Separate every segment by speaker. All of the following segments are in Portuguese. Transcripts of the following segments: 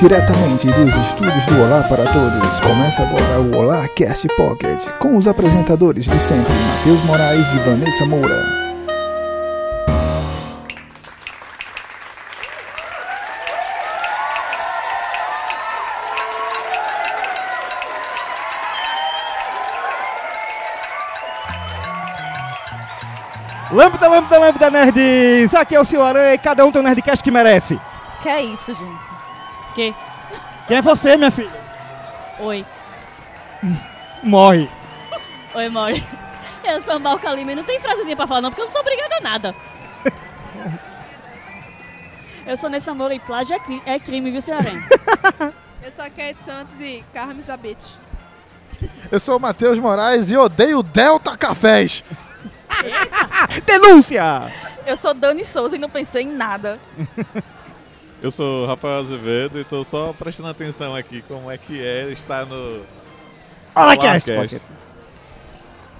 Speaker 1: Diretamente dos estúdios do Olá para Todos, começa agora o Olá Cast Pocket, com os apresentadores de sempre, Matheus Moraes e Vanessa Moura.
Speaker 2: Lâmpada, lâmpada, lâmpada, nerds! Aqui é o Senhor Aranha e cada um tem um nerdcast que merece.
Speaker 3: Que é isso, gente? Que?
Speaker 2: Quem é você, minha filha?
Speaker 3: Oi.
Speaker 2: Morre.
Speaker 3: Oi, Mori. Eu sou a Malca Lima e não tem frasezinha pra falar não, porque eu não sou obrigada a nada.
Speaker 4: Eu sou nesse amor e plágio é, cri- é crime, viu, senhor Aranha?
Speaker 5: Eu sou a Kate Santos e Carmen Zabit.
Speaker 6: Eu sou o Matheus Moraes e odeio Delta Cafés.
Speaker 2: Denúncia!
Speaker 3: Eu sou Dani Souza e não pensei em nada.
Speaker 7: Eu sou o Rafael Azevedo e tô só prestando atenção aqui como é que é estar no
Speaker 2: Olá,
Speaker 7: Olá,
Speaker 2: cast!
Speaker 7: cast.
Speaker 2: Pocket.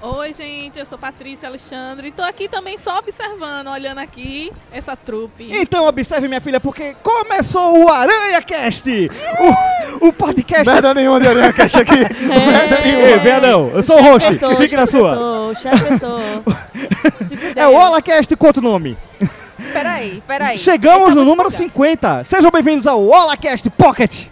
Speaker 5: Oi, gente, eu sou Patrícia Alexandre e tô aqui também só observando, olhando aqui essa trupe.
Speaker 2: Então observe, minha filha, porque começou o Aranha Cast! O, o podcast...
Speaker 6: Merda nenhuma de Aranha Cast aqui. Merda
Speaker 2: Ei,
Speaker 6: nenhuma.
Speaker 2: venha não, eu sou o host,
Speaker 4: Chepetou,
Speaker 2: fique na sua.
Speaker 4: chepetou, chepetou. Se puder.
Speaker 2: É o Olá Cast e quanto nome?
Speaker 3: Peraí, peraí.
Speaker 2: Chegamos no número 50. Sejam bem-vindos ao Olá Cast Pocket.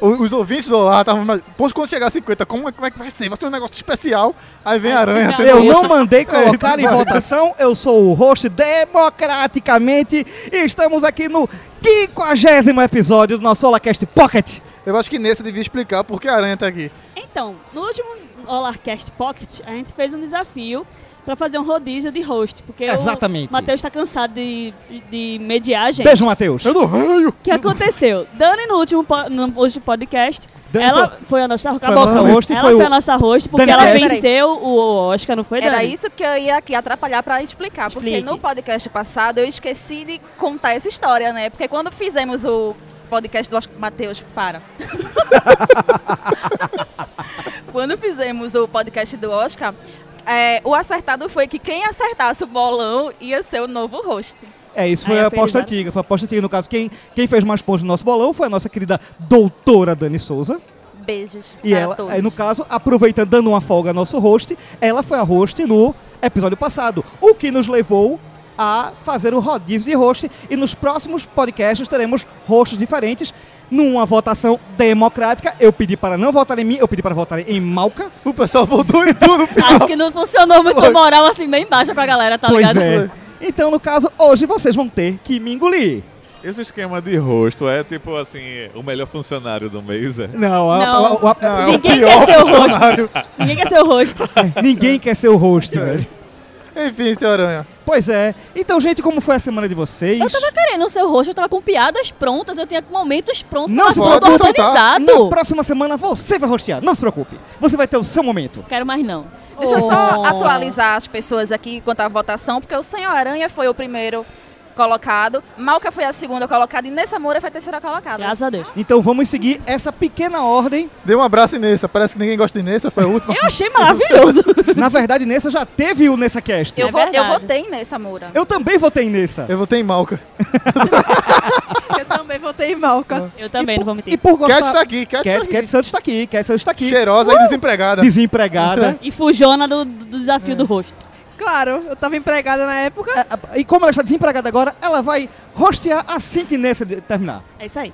Speaker 6: O- Os ouvintes do Olá estavam... mas, Poxa, quando chegar a 50, como, é- como é que vai ser? Vai ser um negócio especial. Aí vem a Aranha. sendo
Speaker 4: é
Speaker 2: Eu não
Speaker 6: outra.
Speaker 2: mandei
Speaker 4: então
Speaker 2: colocar em
Speaker 6: Eita,
Speaker 2: votação, eu sou o host democraticamente e estamos aqui no 50 episódio do nosso Holacast Pocket.
Speaker 6: Eu acho que nesse eu devia explicar por que a Aranha tá aqui.
Speaker 4: Então, no último Olarcast Pocket, a gente fez um desafio pra fazer um rodízio de host, porque
Speaker 2: Exatamente.
Speaker 4: o Matheus tá cansado de, de mediar, gente.
Speaker 2: Beijo, Matheus.
Speaker 6: Eu não ranho.
Speaker 4: O que aconteceu? Dani, no último, po- no último podcast,
Speaker 2: Dani
Speaker 4: ela
Speaker 2: foi-
Speaker 4: foi, a nossa host.
Speaker 2: a nossa host e
Speaker 4: ela
Speaker 2: foi
Speaker 4: foi,
Speaker 2: o-
Speaker 4: a nossa host porque
Speaker 2: Dani
Speaker 4: ela
Speaker 2: Cast.
Speaker 4: venceu o Oscar, não foi, Dani?
Speaker 8: Era isso que eu ia aqui atrapalhar para explicar, porque
Speaker 4: Explique.
Speaker 8: no podcast passado eu esqueci de contar essa história, né? Porque quando fizemos o podcast do Oscar Matheus, para. quando fizemos o podcast do Oscar, é, o acertado foi que quem acertasse o bolão ia ser o novo host.
Speaker 2: É, isso
Speaker 4: Aí
Speaker 2: foi
Speaker 4: eu né?
Speaker 2: a aposta
Speaker 4: feliz,
Speaker 2: antiga. Foi a aposta antiga. No caso, quem, quem fez mais pontos no nosso bolão foi a nossa querida doutora Dani Souza.
Speaker 8: Beijos
Speaker 2: E
Speaker 8: para
Speaker 2: ela,
Speaker 8: todos.
Speaker 2: aí, no caso, aproveitando, dando uma folga ao nosso host, ela foi a host no episódio passado. O que nos levou a fazer o rodízio de host. E nos próximos podcasts teremos hosts diferentes numa votação democrática. Eu pedi para não votar em mim, eu pedi para votar em Malca.
Speaker 6: O pessoal voltou e tudo.
Speaker 3: Acho que não funcionou muito a moral assim bem baixa pra galera, tá ligado?
Speaker 2: é. Então, no caso, hoje vocês vão ter que me engolir.
Speaker 7: Esse esquema de rosto é tipo assim, o melhor funcionário do mês é.
Speaker 2: Não, a-
Speaker 4: Não.
Speaker 2: a- a-
Speaker 6: Não, é o
Speaker 4: Ninguém
Speaker 6: pior
Speaker 4: quer ser o
Speaker 6: funcionário.
Speaker 4: Ninguém quer ser o host.
Speaker 2: ninguém quer ser o host, velho.
Speaker 6: Enfim, seu Aranha.
Speaker 2: Pois é. Então, gente, como foi a semana de vocês?
Speaker 3: Eu tava querendo ser o host, eu tava com piadas prontas, eu tinha momentos prontos,
Speaker 2: Não,
Speaker 3: tava
Speaker 2: se tá?
Speaker 3: tudo
Speaker 6: pode soltar.
Speaker 2: Na
Speaker 3: organizado.
Speaker 2: próxima semana você vai rostear, não se preocupe. Você vai ter o seu momento.
Speaker 3: Quero mais não.
Speaker 8: Deixa eu
Speaker 4: Oh.
Speaker 8: só atualizar as pessoas aqui quanto à votação, porque o Senhor Aranha foi o primeiro colocado, Malca foi a segunda colocada e Nessa Moura foi a terceira colocada.
Speaker 4: Graças a Deus.
Speaker 2: Então vamos seguir essa pequena ordem.
Speaker 6: Dei um abraço em Nessa. Parece que ninguém gosta de Nessa. Foi a última.
Speaker 4: Eu achei maravilhoso.
Speaker 2: Na verdade, Nessa já teve o Nessa Cast.
Speaker 8: Eu,
Speaker 4: É
Speaker 8: vo- eu
Speaker 4: verdade.
Speaker 8: votei né, Nessa Moura.
Speaker 2: Eu também votei em Nessa.
Speaker 6: Eu votei em Malca.
Speaker 5: Eu também votei em Malca.
Speaker 4: Eu
Speaker 2: E
Speaker 4: também,
Speaker 2: por-
Speaker 4: não vou
Speaker 2: E
Speaker 4: mentir.
Speaker 2: por
Speaker 6: Cat tá
Speaker 2: gostar...
Speaker 6: aqui. Cat tá
Speaker 2: Cat,
Speaker 6: aqui.
Speaker 2: Cat Santos tá aqui, Cat Santos tá aqui.
Speaker 6: Cheirosa e desempregada.
Speaker 2: Desempregada.
Speaker 4: E fujona do, do desafio do rosto.
Speaker 5: Claro, eu tava empregada na época.
Speaker 2: É, E como ela está desempregada agora, ela vai rostear assim que Nessa de- terminar.
Speaker 4: É isso aí.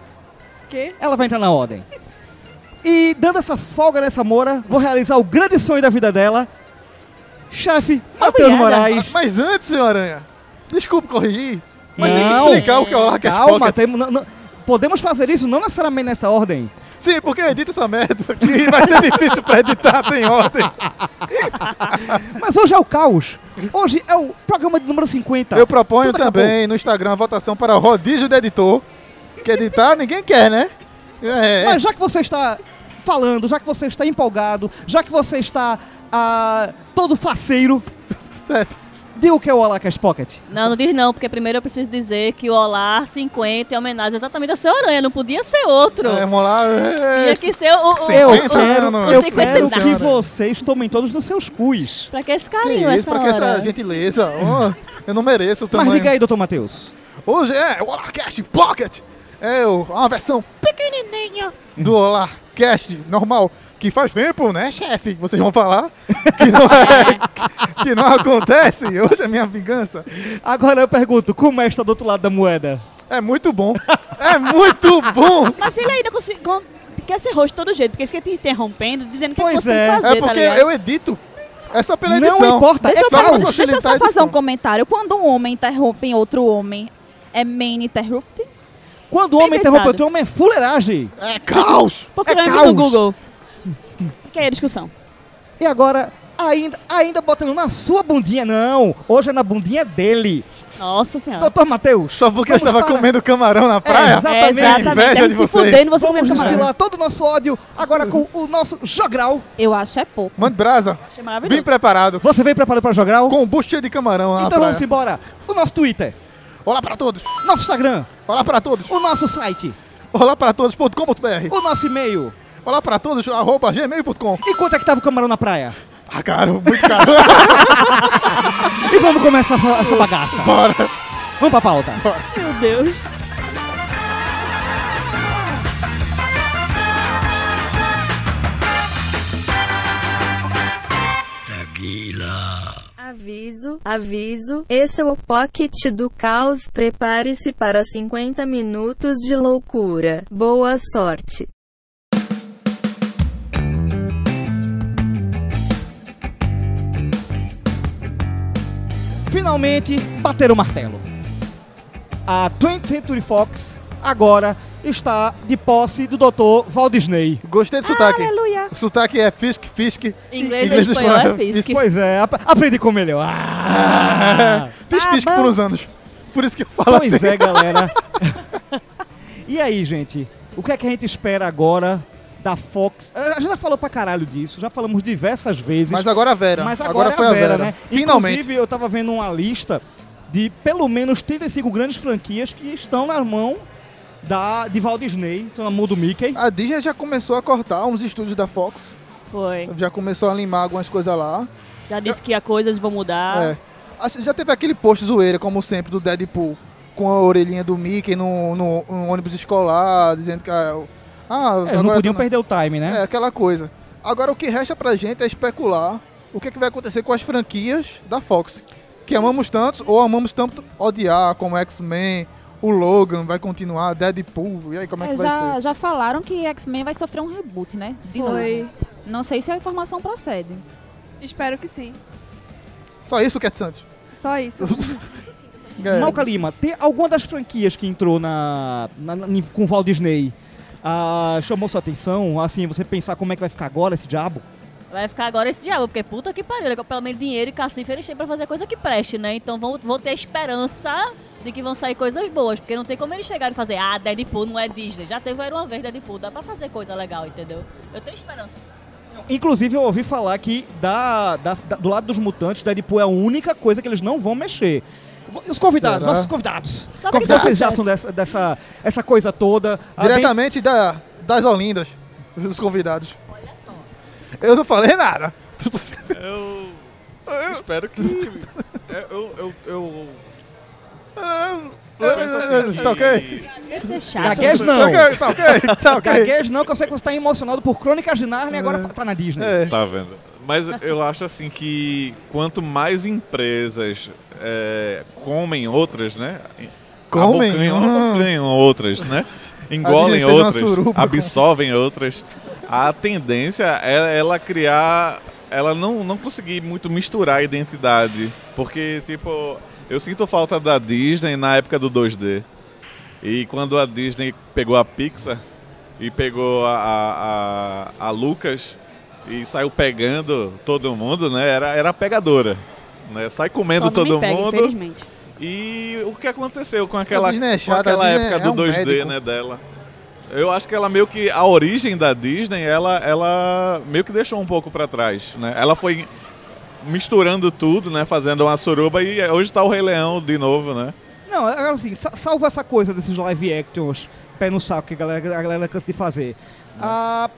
Speaker 5: Que?
Speaker 2: Ela vai entrar na ordem. E dando essa folga nessa Moura, vou realizar o grande sonho da vida dela. Chefe, Matheus
Speaker 4: Obrigada.
Speaker 2: Moraes.
Speaker 6: Ah, Mas antes, senhor Aranha, desculpe corrigir, mas tem que
Speaker 2: Não.
Speaker 6: explicar o que é o Larcas
Speaker 2: Calma,
Speaker 6: Pocket.
Speaker 2: temos- não- não- podemos fazer isso não necessariamente nessa ordem.
Speaker 6: Sim, porque edita essa merda aqui, vai ser difícil pra editar sem ordem.
Speaker 2: Mas hoje é o caos. Hoje é o programa de número 50.
Speaker 6: Eu proponho
Speaker 2: Tudo tá acabou.
Speaker 6: também no Instagram a votação para rodízio de editor, que editar ninguém quer, né? É,
Speaker 2: Mas já que você está falando, já que você está empolgado, já que você está ah, todo faceiro,
Speaker 6: certo.
Speaker 2: diga o que é o Olá Cash Pocket.
Speaker 3: Não, não diz não, porque primeiro eu preciso dizer que o Olá 50 é homenagem exatamente ao seu Aranha, não podia ser outro.
Speaker 6: É, vamos lá. é,
Speaker 3: Tinha que ser o, o,
Speaker 2: Eu
Speaker 3: o-
Speaker 6: né?
Speaker 2: quero,
Speaker 6: não,
Speaker 2: eu
Speaker 3: 50
Speaker 2: quero
Speaker 3: nada.
Speaker 2: que vocês tomem todos nos seus cus.
Speaker 3: Pra que esse
Speaker 6: é,
Speaker 2: tá
Speaker 6: que
Speaker 3: carinho
Speaker 6: isso,
Speaker 3: essa
Speaker 6: pra que
Speaker 3: hora?
Speaker 6: essa gentileza? Ó, eu não mereço o
Speaker 2: Mas
Speaker 6: tamanho.
Speaker 2: liga aí, doutor Matheus.
Speaker 6: Hoje é o Larcast Pocket. é o- uma versão pequenininha do Olá Cast normal, que faz tempo, né, chefe? Vocês vão falar que não, é- que não acontece. Hoje é minha vingança.
Speaker 2: Agora eu pergunto, como é estar do outro lado da moeda?
Speaker 6: É muito bom. É muito bom.
Speaker 4: Mas ele ainda consi- con- quer ser host de todo jeito, porque fica te interrompendo, dizendo o que
Speaker 2: Pois
Speaker 4: você
Speaker 2: é.
Speaker 4: tem que fazer,
Speaker 6: É
Speaker 4: tá
Speaker 6: porque
Speaker 4: ligado?
Speaker 6: eu edito. É só pela edição.
Speaker 2: Não importa,
Speaker 6: Deixa
Speaker 2: é
Speaker 6: eu
Speaker 2: só
Speaker 6: perguntar-
Speaker 2: o-
Speaker 6: facilitar
Speaker 8: Deixa eu
Speaker 6: a
Speaker 8: só fazer
Speaker 6: edição.
Speaker 8: um comentário. Quando um homem interrompe outro homem, é man interrupt?
Speaker 2: Quando o
Speaker 4: Bem
Speaker 2: homem interrompe
Speaker 4: pensado.
Speaker 2: outro homem, é fuleiragem.
Speaker 6: É caos.
Speaker 4: Procurando
Speaker 2: caos.
Speaker 4: no Google. Que é a discussão.
Speaker 2: E agora, ainda, ainda botando na sua bundinha, não. Hoje é na bundinha dele.
Speaker 4: Nossa senhora.
Speaker 2: Doutor Matheus.
Speaker 6: Ah. Só porque eu
Speaker 2: vamos
Speaker 6: estava
Speaker 2: para-
Speaker 6: comendo camarão na
Speaker 2: É,
Speaker 6: praia.
Speaker 2: exatamente.
Speaker 6: Inveja
Speaker 4: Deve
Speaker 6: de
Speaker 4: se
Speaker 6: vocês.
Speaker 4: fudendo, você
Speaker 2: Vamos
Speaker 4: comendo camarão.
Speaker 2: destilar todo o nosso ódio agora com o nosso jogral.
Speaker 8: Eu acho é pouco.
Speaker 6: Mande brasa. Vim
Speaker 4: Achei maravilhoso.
Speaker 6: preparado.
Speaker 2: Você veio preparado para jogral?
Speaker 6: Kombucha de camarão lá na
Speaker 2: Então vamos
Speaker 6: praia.
Speaker 2: embora. O nosso Twitter,
Speaker 6: Olá para todos.
Speaker 2: nosso Instagram,
Speaker 6: Olá para todos.
Speaker 2: o nosso site,
Speaker 6: Olá para todos.com.br.
Speaker 2: o nosso e-mail.
Speaker 6: Olá para todos. Arroba gmail.com.
Speaker 2: E quanto é que tava o camarão na praia?
Speaker 6: Ah, caro. Muito caro.
Speaker 2: E vamos começar essa, essa bagaça.
Speaker 6: Bora.
Speaker 2: Vamos pra pauta.
Speaker 4: Meu Deus.
Speaker 9: Aviso, aviso, esse é o Pocket do Caos. Prepare-se para 50 minutos de loucura. Boa sorte.
Speaker 2: finalmente bateram o martelo. A 20th Century Fox agora está de posse do Dr. Walt Disney.
Speaker 6: Gostei do sotaque.
Speaker 4: Aleluia.
Speaker 6: O sotaque é fisk, fisk.
Speaker 3: Inglês e espanhol é fisk.
Speaker 2: Pois é, ap aprendi com o melhor. Ah!
Speaker 6: Fiz fisk
Speaker 4: bom.
Speaker 6: por uns anos. Por isso que eu falo
Speaker 2: pois
Speaker 6: assim.
Speaker 2: é, galera. e aí, gente? O que é que a gente espera agora da Fox? A gente já falou pra caralho disso, já falamos diversas vezes.
Speaker 6: Mas agora a Vera.
Speaker 2: Mas agora, é a Vera, né?
Speaker 6: Finalmente.
Speaker 2: Inclusive, eu tava vendo uma lista de pelo menos 35 grandes franquias que estão na mão da, de Walt Disney, estão na mão do Mickey.
Speaker 6: A Disney já começou a cortar uns estúdios da Fox.
Speaker 4: Foi.
Speaker 6: Já começou a limar algumas coisas lá.
Speaker 4: Já disse que as coisas vão
Speaker 2: Ah.
Speaker 4: mudar.
Speaker 6: É. Acho- Já teve aquele post zoeira, como sempre, do Deadpool, com a orelhinha do Mickey no, no- no ônibus escolar, dizendo que. Ah, eu- ah,
Speaker 2: É, não
Speaker 6: agora
Speaker 2: podiam
Speaker 6: tu
Speaker 2: perder o time, né?
Speaker 6: É, aquela coisa. Agora o que resta pra gente é especular o que, é que vai acontecer com as franquias da Fox. Que amamos tanto, ou amamos tanto odiar, como X-Men, o Logan vai continuar, Deadpool, e aí como é que vai
Speaker 8: já,
Speaker 6: ser?
Speaker 8: já falaram que X-Men vai sofrer um reboot, né? De novo. Não sei se a informação procede.
Speaker 5: Espero que sim.
Speaker 6: Só isso, Cat Santos.
Speaker 5: Só isso. assim,
Speaker 6: É.
Speaker 2: Malca Lima, tem alguma das franquias que entrou na, na- na- com Walt Disney ah, chamou sua atenção? Assim, você pensar como é que vai ficar agora esse diabo?
Speaker 3: Vai ficar agora esse diabo, porque puta que pariu, né? pelo menos dinheiro e cacife eles têm pra fazer coisa que preste, né? Então vão, vão ter esperança de que vão sair coisas boas, porque não tem como eles chegarem e fazer, ah, Deadpool não é Disney. Já teve era uma vez Deadpool, dá pra fazer coisa legal, entendeu? Eu tenho esperança.
Speaker 2: Inclusive, eu ouvi falar que da, da- da- do lado dos mutantes, Deadpool é a única coisa que eles não vão mexer. Vo- Os convidados,
Speaker 6: Será?
Speaker 2: nossos convidados.
Speaker 4: Sabe
Speaker 2: Como
Speaker 4: que dá
Speaker 2: vocês já
Speaker 4: sucesso?
Speaker 2: são dessa, dessa essa coisa toda? Ah,
Speaker 6: Diretamente da, das Olindas, dos convidados. Eu não falei nada.
Speaker 7: Eu. espero que. é, eu, eu, eu. Eu penso Ah, assim.
Speaker 6: Tá ok?
Speaker 7: que-
Speaker 4: Isso é
Speaker 2: bem-
Speaker 4: chato.
Speaker 2: Gaguejo
Speaker 6: Tá
Speaker 2: não.
Speaker 6: ok, tá ok, tá ok.
Speaker 2: Gaguejo não, que eu sei que você está emocionado por Crônicas de Narnia e agora tá na Disney.
Speaker 6: É.
Speaker 7: Tá vendo? Mas eu acho assim que quanto mais empresas é, comem outras, né?
Speaker 6: Comem?
Speaker 7: Abocanham,
Speaker 6: Hum.
Speaker 7: abocanham outras, né?
Speaker 6: A gente
Speaker 7: Engolem
Speaker 6: fez uma
Speaker 7: outras,
Speaker 6: suruba com-
Speaker 7: absorvem outras. A tendência é ela criar. Ela não, não conseguir muito misturar a identidade. Porque, tipo, eu sinto falta da Disney na época do 2D. E quando a Disney pegou a Pixar e pegou a, a, a- a Lucas e saiu pegando todo mundo, né? Era, era pegadora. Né? Sai comendo
Speaker 4: Só não
Speaker 7: todo
Speaker 4: me pega,
Speaker 7: mundo.
Speaker 4: infelizmente.
Speaker 7: E o que aconteceu com aquela,
Speaker 6: A Disney é
Speaker 7: com
Speaker 6: chata,
Speaker 7: aquela
Speaker 6: a Disney
Speaker 7: época
Speaker 6: é
Speaker 7: do
Speaker 6: um
Speaker 7: 2D,
Speaker 6: médico.
Speaker 7: né, dela? Eu acho que ela meio que a origem da Disney, ela ela meio que deixou um pouco pra trás, né? Ela foi misturando tudo, né, fazendo uma suruba e hoje tá o Rei Leão de novo, né?
Speaker 2: Não, é assim, sa- salvo essa coisa desses live actions, pé no saco que a galera, a galera cansa de fazer. Ah,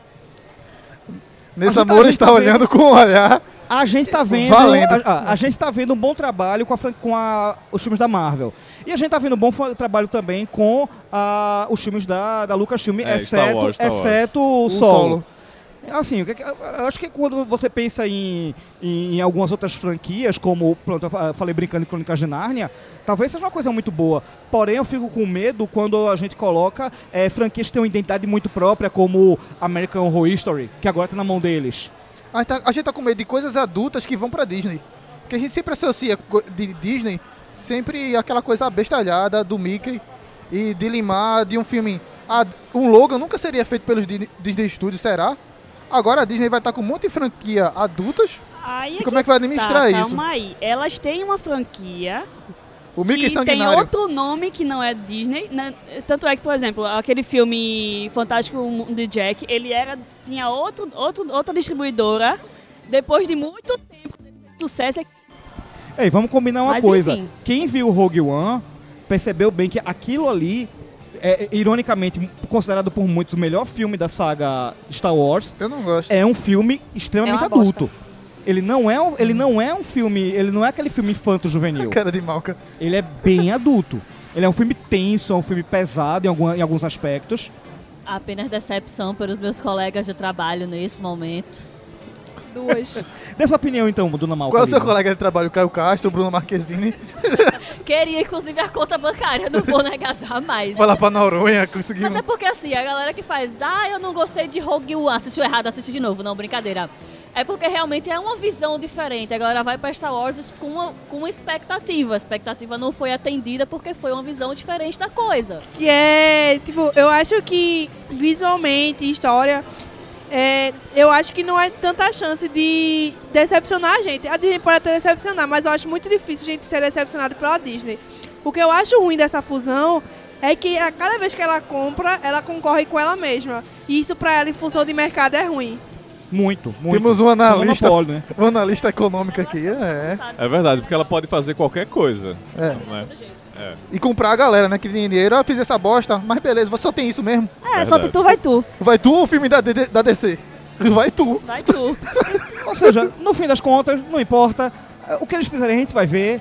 Speaker 6: Nesse
Speaker 2: A gente- a
Speaker 6: amor
Speaker 2: gente
Speaker 6: está
Speaker 2: tá
Speaker 6: olhando com um olhar
Speaker 2: A gente tá vendo.
Speaker 6: Valendo.
Speaker 2: A, a- a gente tá vendo um bom trabalho com, a, fran- com a- os filmes da Marvel. E a gente tá vendo um bom fa- trabalho também com a, os filmes da, da Lucasfilm,
Speaker 7: É,
Speaker 2: exceto,
Speaker 7: Star Wars, Star Wars.
Speaker 2: exceto o
Speaker 6: O
Speaker 2: solo.
Speaker 6: solo.
Speaker 2: Assim, o que é que- eu acho que quando você pensa em, em, em algumas outras franquias, como, pronto, eu fa- falei brincando em Crônicas de Nárnia, talvez seja uma coisa muito boa. Porém, eu fico com medo quando a gente coloca eh, franquias que têm uma identidade muito própria, como American Horror Story, que agora tá na mão deles.
Speaker 6: A gente, tá, a gente tá com medo de coisas adultas que vão pra Disney. Porque a gente sempre associa co- de Disney sempre aquela coisa abestalhada do Mickey e de limar de um filme. Ah, um Logan nunca seria feito pelos Di- Disney Studios, será? Agora a Disney vai estar com um monte de franquia adultas.
Speaker 4: Aí
Speaker 6: E como é que vai administrar
Speaker 4: tá,
Speaker 6: isso?
Speaker 4: Calma aí. Elas têm uma franquia
Speaker 6: O Mickey
Speaker 4: que tem
Speaker 6: Sanguinário.
Speaker 4: outro nome que não é Disney. né? Tanto é que, por exemplo, aquele filme Fantástico Mundo de Jack, ele era tinha outro, outro, outra distribuidora. Depois de muito tempo de sucesso, é que
Speaker 2: Ei, vamos combinar uma
Speaker 4: Mas,
Speaker 2: coisa.
Speaker 4: enfim.
Speaker 2: Quem viu o Rogue One percebeu bem que aquilo ali é ironicamente considerado por muitos o melhor filme da saga Star Wars.
Speaker 6: Eu não gosto.
Speaker 2: É um filme extremamente
Speaker 10: É uma
Speaker 2: adulto. Ele não é, um- ele não é um filme, ele não é aquele filme infanto juvenil.
Speaker 6: Cara de malca.
Speaker 2: Ele é bem adulto. Ele é um filme tenso, é um filme pesado em, alguma- em alguns aspectos.
Speaker 8: Apenas decepção pelos meus colegas de trabalho nesse momento.
Speaker 5: Duas.
Speaker 2: Dessa opinião então, Dona Malca.
Speaker 6: Qual é o seu
Speaker 2: Lima?
Speaker 6: colega de trabalho? Caio Castro, Bruno Marquezine?
Speaker 8: Queria, inclusive, a conta bancária, não vou negar jamais.
Speaker 6: Vai lá pra Noronha, conseguimos.
Speaker 8: Mas é porque assim, a galera que faz, ah, eu não gostei de Rogue One, assistiu errado, assiste de novo, não, brincadeira. É porque realmente é uma visão diferente. A galera vai para Star Wars com uma, com uma expectativa. A expectativa não foi atendida porque foi uma visão diferente da coisa.
Speaker 5: que é, tipo, eu acho que visualmente, história, é, eu acho que não é tanta chance de decepcionar a gente. A Disney pode até decepcionar, mas eu acho muito difícil a gente ser decepcionado pela Disney. O que eu acho ruim dessa fusão é que a cada vez que ela compra, ela concorre com ela mesma. E isso pra ela, em função de mercado, é ruim.
Speaker 2: Muito, muito.
Speaker 6: Temos um
Speaker 2: Isso é
Speaker 6: analista,
Speaker 2: monopólio, né?
Speaker 6: um analista econômico aqui. É.
Speaker 7: É verdade, porque ela pode fazer qualquer coisa.
Speaker 6: É.
Speaker 7: Né?
Speaker 6: E comprar a galera, né? Que tem dinheiro, eu fiz essa bosta, mas beleza, você só tem isso mesmo.
Speaker 4: é, só
Speaker 7: Verdade.
Speaker 4: tu vai tu.
Speaker 6: Vai tu ou o filme da, DD da DC? Vai tu.
Speaker 4: Vai tu.
Speaker 2: Ou seja, no fim das contas, não importa. eh, O que eles fizerem a gente vai ver.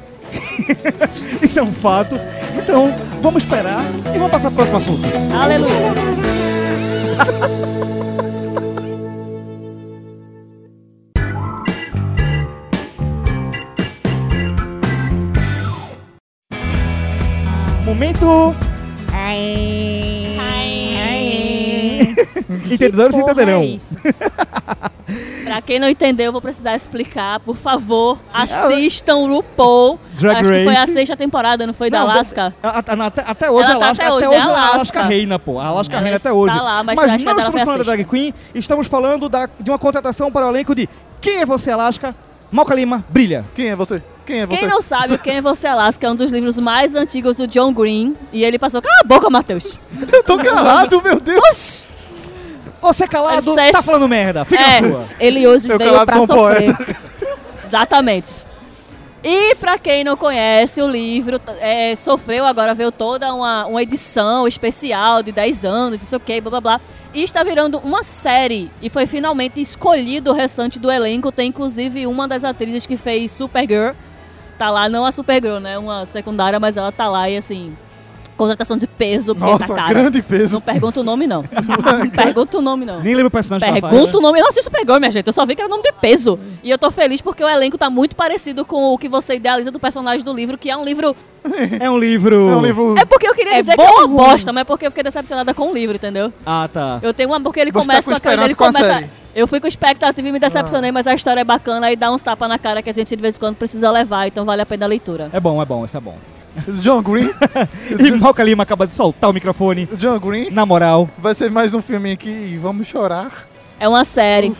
Speaker 2: Isso é um fato. Então, vamos esperar e vamos passar para o próximo assunto.
Speaker 4: Aleluia.
Speaker 2: Momento. Entendedores
Speaker 4: Porra,
Speaker 2: entenderão.
Speaker 4: é isso.
Speaker 8: Pra quem não entendeu, eu vou precisar explicar. Por favor, assistam o RuPaul.
Speaker 2: Drag
Speaker 8: Acho que foi a
Speaker 2: Race.
Speaker 8: sexta temporada, não foi? Da
Speaker 2: Não,
Speaker 8: Alaska?
Speaker 2: A- a- na- até, até hoje,
Speaker 8: Ela
Speaker 2: a
Speaker 8: tá
Speaker 2: Alaska,
Speaker 8: até
Speaker 2: até
Speaker 8: hoje,
Speaker 2: hoje,
Speaker 8: né?
Speaker 2: a Alaska
Speaker 8: Alaska.
Speaker 2: reina, pô. A Alaska
Speaker 8: Ela
Speaker 2: reina até
Speaker 8: está
Speaker 2: hoje.
Speaker 8: lá, mas eu
Speaker 2: não
Speaker 8: acho que a
Speaker 2: estamos
Speaker 8: dela foi a
Speaker 2: falando da drag
Speaker 8: sexta.
Speaker 2: queen, estamos falando da- de uma contratação para o elenco de Quem é você, Alaska? Malca Lima, brilha.
Speaker 6: Quem é você? Quem é você?
Speaker 8: Quem não sabe Quem é Você Alaska é um dos livros mais antigos do John Green. E ele passou. Cala a boca, Matheus!
Speaker 6: Eu tô calado, meu Deus.
Speaker 2: Você calado,
Speaker 8: Sucesso.
Speaker 2: tá falando merda. Fica
Speaker 8: é,
Speaker 2: na sua.
Speaker 8: Ele hoje
Speaker 6: Eu
Speaker 8: veio
Speaker 6: calado
Speaker 8: pra
Speaker 6: sou um
Speaker 8: sofrer. Exatamente. E pra quem não conhece o livro, t- é, sofreu agora, veio toda uma, uma edição especial de 10 anos, não sei o que, blá blá blá. E está virando uma série. E foi finalmente escolhido o restante do elenco. Tem inclusive uma das atrizes que fez Supergirl. Tá lá, não a Supergirl, né? Uma secundária, mas ela tá lá e assim. Contratação de peso, porque
Speaker 6: Nossa,
Speaker 8: tá cara.
Speaker 6: grande
Speaker 8: Não
Speaker 6: peso.
Speaker 8: pergunta o nome, não. não pergunta o nome, não.
Speaker 2: Nem lembro o personagem que ela faz, né?
Speaker 8: Pergunta o nome. Eu não assisto Supergirl, minha gente. Eu só vi que era nome de peso. E eu tô feliz porque o elenco tá muito parecido com o que você idealiza do personagem do livro, que é um livro.
Speaker 2: É um livro.
Speaker 6: É um livro.
Speaker 8: É porque eu queria
Speaker 10: É
Speaker 8: dizer
Speaker 10: bom
Speaker 8: que é
Speaker 10: ou
Speaker 8: uma
Speaker 10: ruim?
Speaker 8: bosta, mas é porque eu fiquei decepcionada com o livro, entendeu?
Speaker 2: Ah, tá.
Speaker 8: Eu tenho uma. Porque ele
Speaker 6: Você tá
Speaker 8: começa
Speaker 6: com
Speaker 8: com, aquele. Ele
Speaker 6: esperança com a
Speaker 8: começa.
Speaker 6: série. Ah.
Speaker 8: Eu fui com expectativa e me decepcionei, mas a história é bacana e dá uns tapas na cara que a gente de vez em quando precisa levar, então vale a pena a leitura.
Speaker 2: É bom, é bom, isso é bom.
Speaker 6: John Green.
Speaker 2: E Malca Lima acaba de soltar o microfone.
Speaker 6: John Green.
Speaker 2: Na moral,
Speaker 6: Vai ser mais um filme que vamos chorar.
Speaker 8: É uma série.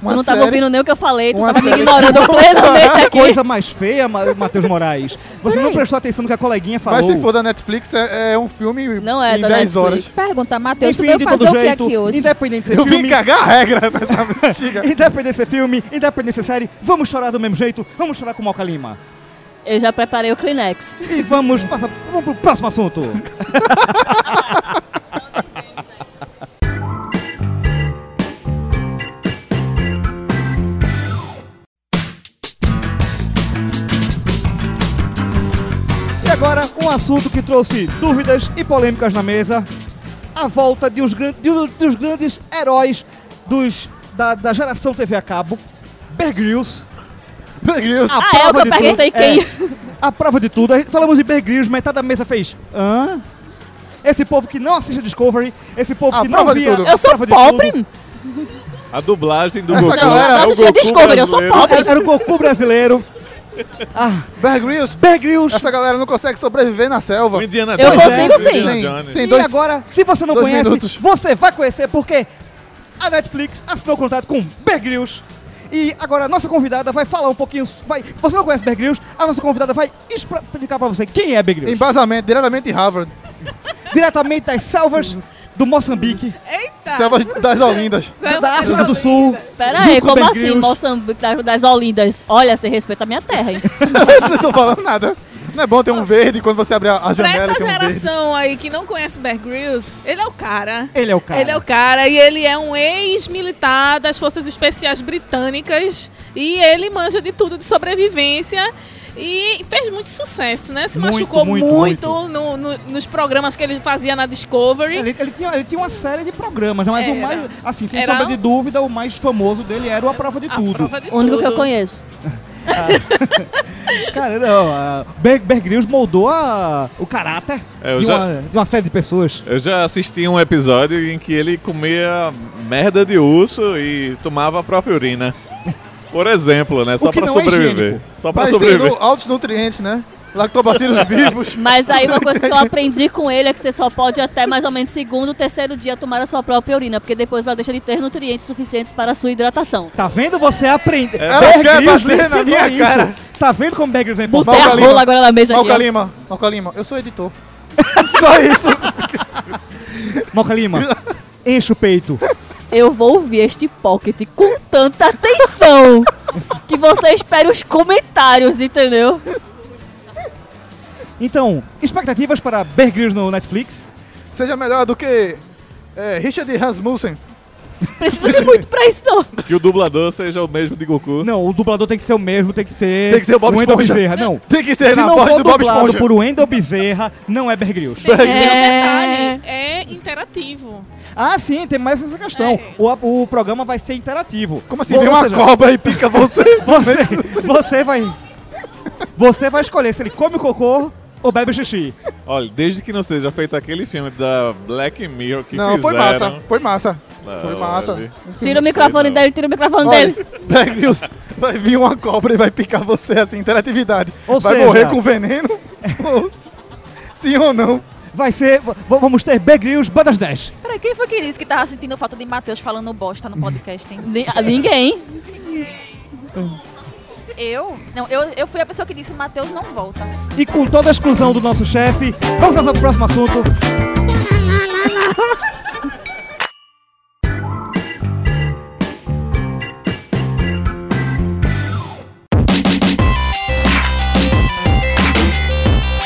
Speaker 6: Uma
Speaker 8: tu não tá tava
Speaker 6: série.
Speaker 8: ouvindo nem o que eu falei, tu
Speaker 6: Uma
Speaker 8: tava me
Speaker 6: série.
Speaker 8: ignorando plenamente aqui.
Speaker 2: coisa mais feia, Ma- Matheus Moraes. Você não
Speaker 8: Peraí.
Speaker 2: prestou atenção no que a coleguinha falou.
Speaker 6: Mas se for da Netflix, é, é um filme
Speaker 8: Não é
Speaker 6: em
Speaker 8: da
Speaker 6: 10
Speaker 8: Netflix.
Speaker 6: horas.
Speaker 10: Pergunta, Matheus, tu
Speaker 2: Enfim,
Speaker 10: veio
Speaker 2: de
Speaker 10: fazer
Speaker 2: todo
Speaker 10: o que
Speaker 2: jeito,
Speaker 10: aqui hoje?
Speaker 2: independente de ser
Speaker 6: Eu vim
Speaker 2: filme,
Speaker 6: cagar a regra nessa bexiga.
Speaker 2: independente de ser filme, independente de ser série, vamos chorar do mesmo jeito, vamos chorar com Malca Lima.
Speaker 8: Eu já preparei o Kleenex.
Speaker 2: E vamos passar, vamos pro próximo assunto. um assunto que trouxe dúvidas e polêmicas na mesa, a volta de uns gran- de um- dos grandes heróis dos, da, da geração TV a cabo, Bear Grylls.
Speaker 6: Bear Grylls.
Speaker 2: A
Speaker 8: Ah, é,
Speaker 2: prova
Speaker 8: eu
Speaker 2: de
Speaker 8: perguntei
Speaker 2: tudo-
Speaker 8: quem.
Speaker 2: é, a prova de tudo. A gente- Falamos de Bear Grylls, metade da mesa fez. Hã? Esse povo que não assiste Discovery, esse povo
Speaker 6: A
Speaker 2: que não
Speaker 6: prova de
Speaker 2: via...
Speaker 6: tudo.
Speaker 2: a
Speaker 8: Eu sou
Speaker 2: prova de tudo.
Speaker 8: pobre.
Speaker 7: A dublagem do
Speaker 6: Essa
Speaker 7: Goku.
Speaker 6: galera-
Speaker 7: é o
Speaker 8: Nossa, isso é
Speaker 7: Goku
Speaker 8: Discovery, eu sou
Speaker 7: brasileiro.
Speaker 8: pobre.
Speaker 2: Era o Goku brasileiro. Ah,
Speaker 8: é?
Speaker 6: Bear Grylls.
Speaker 2: Bear Grylls.
Speaker 6: Essa galera não consegue sobreviver na selva.
Speaker 7: O Indiana
Speaker 8: Eu
Speaker 7: Jones,
Speaker 8: consigo
Speaker 7: o
Speaker 8: sim.
Speaker 7: Indiana
Speaker 6: Sim,
Speaker 7: Jones.
Speaker 6: sim.
Speaker 2: E
Speaker 6: Tem assim, dois-
Speaker 2: agora, se você não
Speaker 6: dois
Speaker 2: conhece,
Speaker 6: minutos.
Speaker 2: você vai conhecer porque a Netflix assinou contrato com Bear Grylls. E agora a nossa convidada vai falar um pouquinho. Vai, você não conhece Bear Grylls, a nossa convidada vai explicar pra você quem é Bear Grylls.
Speaker 6: Embasamento, diretamente de Harvard.
Speaker 2: Diretamente das selvas do Moçambique,
Speaker 8: Tá.
Speaker 6: Selvas das Olindas.
Speaker 2: da África do Sul.
Speaker 8: Pera
Speaker 2: junto
Speaker 8: aí,
Speaker 2: com
Speaker 8: como
Speaker 2: Bear
Speaker 8: assim,
Speaker 2: Grylls.
Speaker 8: Moçambique das- das Olindas? Olha, você respeita a minha terra, hein?
Speaker 6: Vocês não estão falando nada. Não é bom ter um verde quando você abre a, a
Speaker 4: Pra
Speaker 6: janela
Speaker 4: essa
Speaker 6: tem um verde.
Speaker 4: geração aí que não conhece Bear Grylls, ele é o cara.
Speaker 2: Ele é o cara.
Speaker 4: Ele é o cara e ele é um ex-militar das Forças Especiais Britânicas e ele manja de tudo de sobrevivência e fez muito sucesso, né? Se
Speaker 2: Muito,
Speaker 4: machucou
Speaker 2: muito,
Speaker 4: muito,
Speaker 2: muito.
Speaker 4: no- no- nos programas que ele fazia na Discovery.
Speaker 2: Ele, ele tinha, ele tinha uma série de programas, né? mas o
Speaker 4: Era.
Speaker 2: mais, assim, sem
Speaker 4: Era
Speaker 2: sombra
Speaker 4: um-
Speaker 2: de dúvida, o mais famoso dele era o A Prova de
Speaker 4: A
Speaker 2: Tudo.
Speaker 4: prova de
Speaker 8: O único que eu
Speaker 4: tudo.
Speaker 8: conheço.
Speaker 2: Cara, não, a Bear, Bear Grylls moldou a- o caráter
Speaker 7: É, eu
Speaker 2: de,
Speaker 7: já-
Speaker 2: uma, de uma série de pessoas.
Speaker 7: Eu já assisti um episódio em que ele comia merda de urso e tomava a própria urina. Por exemplo, né? Só
Speaker 2: que
Speaker 7: pra
Speaker 2: não é
Speaker 7: sobreviver.
Speaker 2: higiênico.
Speaker 7: Só pra
Speaker 6: Mas tem
Speaker 7: sobreviver.
Speaker 6: nu- altos nutrientes, né? Lactobacilos vivos.
Speaker 8: Mas aí uma coisa que eu aprendi com ele é que você só pode até mais ou menos segundo, terceiro dia tomar a sua própria urina, porque depois ela deixa de ter nutrientes suficientes para a sua hidratação.
Speaker 2: Tá vendo? Você aprende.
Speaker 7: Ela
Speaker 6: quer
Speaker 2: Grylls
Speaker 6: É, bater
Speaker 2: lhe
Speaker 6: na
Speaker 2: ensinou
Speaker 6: minha cara.
Speaker 2: Tá vendo como Bear Grylls é importante?
Speaker 8: Botei a
Speaker 6: Malca Lima.
Speaker 8: rola agora na mesa aqui. é um
Speaker 6: Malca Lima. Malca Lima, eu sou editor. Só isso.
Speaker 2: Moca Lima, enche o peito.
Speaker 8: Eu vou ouvir este pocket com tanta atenção que você espere os comentários, entendeu?
Speaker 2: Então, expectativas para Bear Grylls no Netflix?
Speaker 6: Seja melhor do que é, Richard Rasmussen.
Speaker 8: Precisa de muito pra isso, não.
Speaker 7: Que o dublador seja o mesmo de Goku.
Speaker 2: Não, o dublador tem que ser o mesmo, tem que ser...
Speaker 6: Tem que ser o Bob
Speaker 2: Wendell
Speaker 6: Esponja.
Speaker 2: Bezerra, não.
Speaker 6: Tem que
Speaker 2: Se
Speaker 6: ser na
Speaker 2: não
Speaker 6: voz
Speaker 2: for
Speaker 6: do Bob
Speaker 2: dublado
Speaker 6: Esponja.
Speaker 2: por Wendell Bezerra, não é Bear Grylls.
Speaker 4: Bear Grylls,
Speaker 8: É.
Speaker 4: detalhe, é interativo.
Speaker 2: Ah, sim, tem mais essa questão. O, o programa vai ser interativo.
Speaker 6: Como assim?
Speaker 2: Ou-
Speaker 6: Vem
Speaker 2: ou
Speaker 6: uma
Speaker 2: seja,
Speaker 6: cobra e pica você.
Speaker 2: Você, você vai... Você vai escolher se ele come cocô ou bebe xixi.
Speaker 7: Olha, desde que não seja feito aquele filme da Black Mirror que
Speaker 6: Não, foi
Speaker 7: fizeram-
Speaker 6: massa. Foi massa.
Speaker 7: Não,
Speaker 6: foi massa.
Speaker 7: olha.
Speaker 8: Tira o
Speaker 7: Não sei,
Speaker 8: microfone
Speaker 7: não.
Speaker 8: dele, tira o microfone
Speaker 6: Olha,
Speaker 8: dele.
Speaker 6: Bear Grylls, vai vir uma cobra e vai picar você assim, interatividade.
Speaker 2: Ou
Speaker 6: vai
Speaker 2: seja-
Speaker 6: morrer com veneno? Ou- Sim ou não?
Speaker 2: Vai ser... v- Vamos ter Bear Grylls, bandas 10.
Speaker 11: Peraí, quem foi que disse que tava sentindo falta de Matheus falando bosta no podcast, hein?
Speaker 8: Ni- ah, Ninguém.
Speaker 11: Eu? Não, eu, eu fui a pessoa que disse que Matheus não volta.
Speaker 2: E com toda a exclusão do nosso chefe, vamos para o próximo assunto.